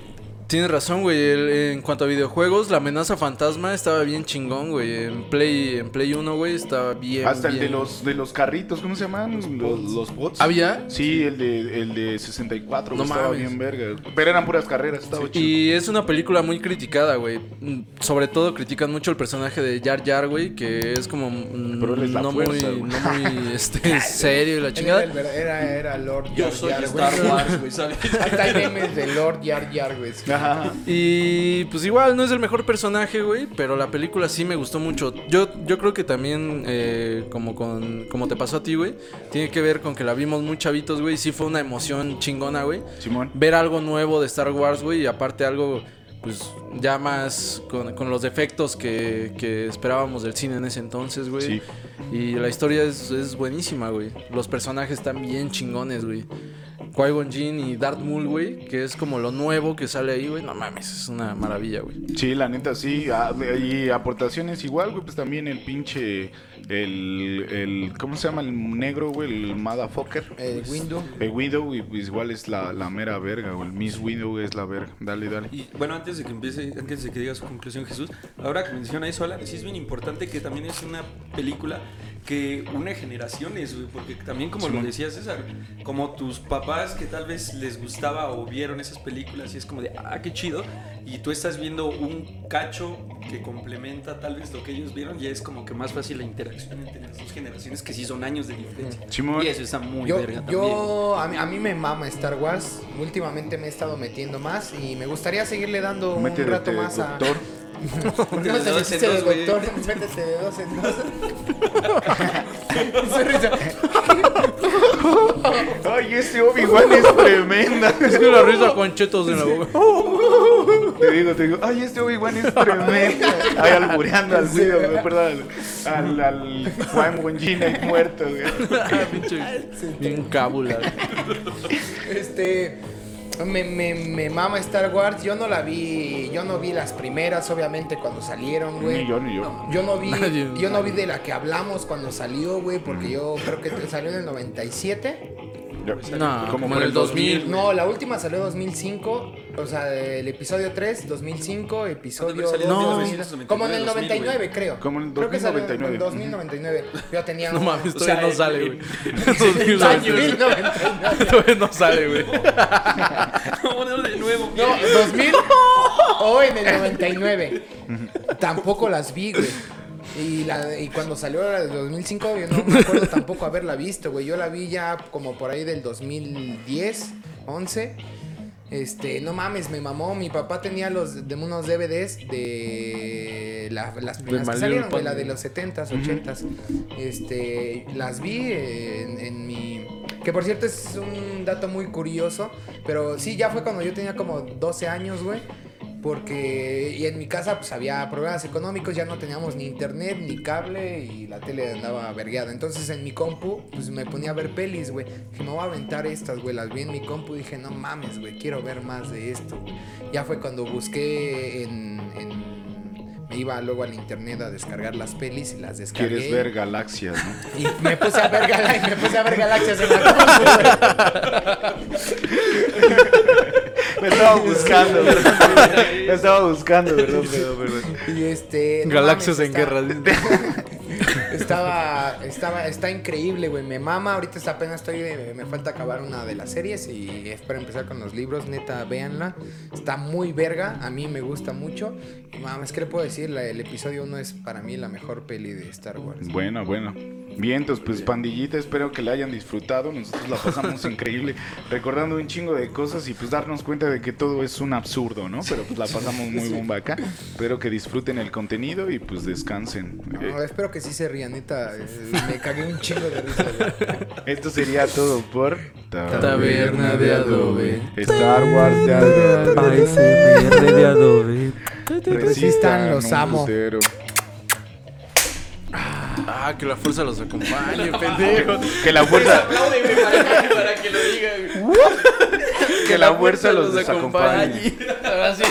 B: tienes razón, güey. el- En cuanto a videojuegos, la amenaza fantasma estaba bien chingón, güey. En Play, en Play 1, güey, estaba bien.
C: Hasta el de
B: bien. Ah,
C: los, de los carritos, ¿cómo se llaman? Los, los bots.
B: ¿Había?
C: Sí, el de, el de 64,
B: No
C: güey, estaba
B: mames.
C: bien verga. Pero eran puras carreras, estaba chido.
B: Y es una película muy criticada, güey. Mm, Sobre todo critican mucho el personaje de Jar Jar, güey, que es como mm,
C: Pero él es la
B: no,
C: fuerza,
B: muy,
C: güey.
B: no muy
C: [LAUGHS]
B: este, serio y la
A: Él Era,
B: chingada.
A: el ver- era, era Lord
D: Yo
A: Jar
D: soy
A: Jar, güey.
D: Star Wars,
A: [LAUGHS]
D: güey, ¿sabes?
A: Hasta hay memes de Lord Jar Jar, güey.
C: Ajá.
B: Y pues igual no es el mejor personaje, güey, pero la película sí me gustó mucho. Yo, yo creo que también, eh, como, con, como te pasó a ti, güey, tiene que ver con que la vimos muy chavitos, güey, y sí fue una emoción chingona, güey.
C: Simón.
B: Ver algo nuevo de Star Wars, güey, y aparte algo, pues ya más con, con los defectos que, que esperábamos del cine en ese entonces, güey.
C: Sí.
B: Y la historia es, es buenísima, güey. Los personajes están bien chingones, güey. Qui-Gon Jinn y Darth Maul, güey, que es como lo nuevo que sale ahí, güey. No mames, es una maravilla, güey.
C: Sí, la neta, sí. Ah, Y aportaciones igual, güey. Pues también el pinche. El, el. ¿Cómo se llama? El negro, güey. El motherfucker.
D: Pues,
A: El eh, Windu.
C: El Widow, güey, pues igual es la, la mera verga, güey. El Miss Widow es la verga. Dale, dale.
D: Y bueno, antes de que empiece, antes de que diga su conclusión Jesús, ahora que menciona eso, Alan, sí es bien importante que también es una película que une generaciones, güey, porque también como lo
C: Simón.
D: decía César, como tus papás que tal vez les gustaba o vieron esas películas y es como de, ah, qué chido, y tú estás viendo un cacho que complementa tal vez lo que ellos vieron y es como que más fácil la interacción entre las dos generaciones que sí son años de diferencia.
C: Simón.
D: Y eso está muy
A: Yo,
D: verga también.
A: yo a, mí, a mí me mama Star Wars. Últimamente me he estado metiendo más y me gustaría seguirle dando un
C: Métete,
A: rato más a. [LAUGHS]
C: doctor.
A: No,
D: De
A: se
D: dos en
A: metiste de
D: dos, güey.
A: doctor, métete de dos en dos. [LAUGHS] Sonrisa.
C: Ay, este Obi-Wan es tremenda.
A: [LAUGHS]
B: Es que la risa con chetos de la boca.
C: Te digo, te digo, ay, este Obi-Wan es tremendo. Ay, albureando al Widow, güey, perdón. Al, al Juan Wenjin ahí muerto, güey.
B: [LAUGHS] Ah, pinche. Bien cábula. güey.
A: Este. Me, me, me mama Star Wars. Yo no la vi. Yo no vi las primeras, obviamente, cuando salieron, güey.
C: Ni yo, ni yo.
A: Yo no vi,
B: Nadie.
A: yo no vi de la que hablamos cuando salió, güey,
C: Mm.
A: porque yo creo que salió en el 97.
C: Ya.
B: No,
C: Como
B: como,
C: por
B: en
C: el
B: el 2000.
A: No, la última salió en 2005, o sea, el episodio 3, 2005, episodio
D: salió
B: en
A: 2,
D: 1999,
A: como en el
D: 2000,
A: 99, creo.
C: Como en el
A: Creo que salió en
C: 2099.
A: 2099. Yo tenía
B: No
A: un-
B: mames,
D: O
B: todavía
D: sea,
B: no sale,
D: el-
B: [LAUGHS] güey.
A: en [LAUGHS] 2099.
B: Todavía no sale, güey.
D: [LAUGHS] Vámonos de nuevo.
A: No, 2000 o en el 99. Tampoco las vi, güey. Y, la, y cuando salió la del 2005, yo no me acuerdo tampoco haberla visto, güey. Yo la vi ya como por ahí del 2010, 11. Este, no mames, me mamó. Mi papá tenía los de unos DVDs de la- las primeras que
B: Malibu
A: salieron, güey,
B: Pan-
A: la de los 70s, 80s. Este, las vi eh, en, en mi que por cierto es un dato muy curioso, pero sí ya fue cuando yo tenía como 12 años, güey. Porque y en mi casa pues había problemas económicos, ya no teníamos ni internet, ni cable y la tele andaba vergueada. Entonces en mi compu pues me ponía a ver pelis, güey. Dije, me voy a aventar estas, güey. Las vi en mi compu y dije, no mames, güey, quiero ver más de esto. güey". Ya fue cuando busqué en, en- Me iba luego al internet a descargar las pelis y las descargué.
C: Quieres ver galaxias, ¿no?
A: Y me puse a ver, gala- y me puse a ver galaxias en la compu, güey.
C: Me estaba buscando, güey. Me estaba buscando, perdón, perdón, perdón.
A: Y este. no
B: Galaxias
A: mames,
B: en
A: está-
B: guerra.
A: Estaba, estaba, está increíble, güey. Me mama. Ahorita está apenas estoy, eh, me, me falta acabar una de las series y es para empezar con los libros. Neta, véanla. Está muy verga. A mí me gusta mucho. Y mames, ¿qué le puedo decir? La- el episodio 1 es para mí la mejor peli de Star Wars.
C: Bueno, bueno. Bien, entonces, pues pandillita, espero que la hayan disfrutado. Nosotros la
A: [LAUGHS]
C: pasamos increíble, recordando un chingo de cosas y pues darnos cuenta de que todo es un absurdo, ¿no? Pero pues la pasamos muy bomba acá. Espero que disfruten el contenido y pues descansen.
A: No, espero que sí se rían, neta. eh, Me cagué un chingo de risa, güey.
C: Esto sería todo por
B: Taberna de Adobe.
C: Star Wars de Adobe.
F: ASMR de Adobe.
A: Resistan, los
C: un
A: amo.
C: putero.
B: Ah, que la fuerza los
D: [LAUGHS]
B: acompañe, pendejo.
C: Que la fuerza,
D: Apláudeme para, para que lo diga, güey.
C: que la fuerza los acompañe.
B: Ahora sí.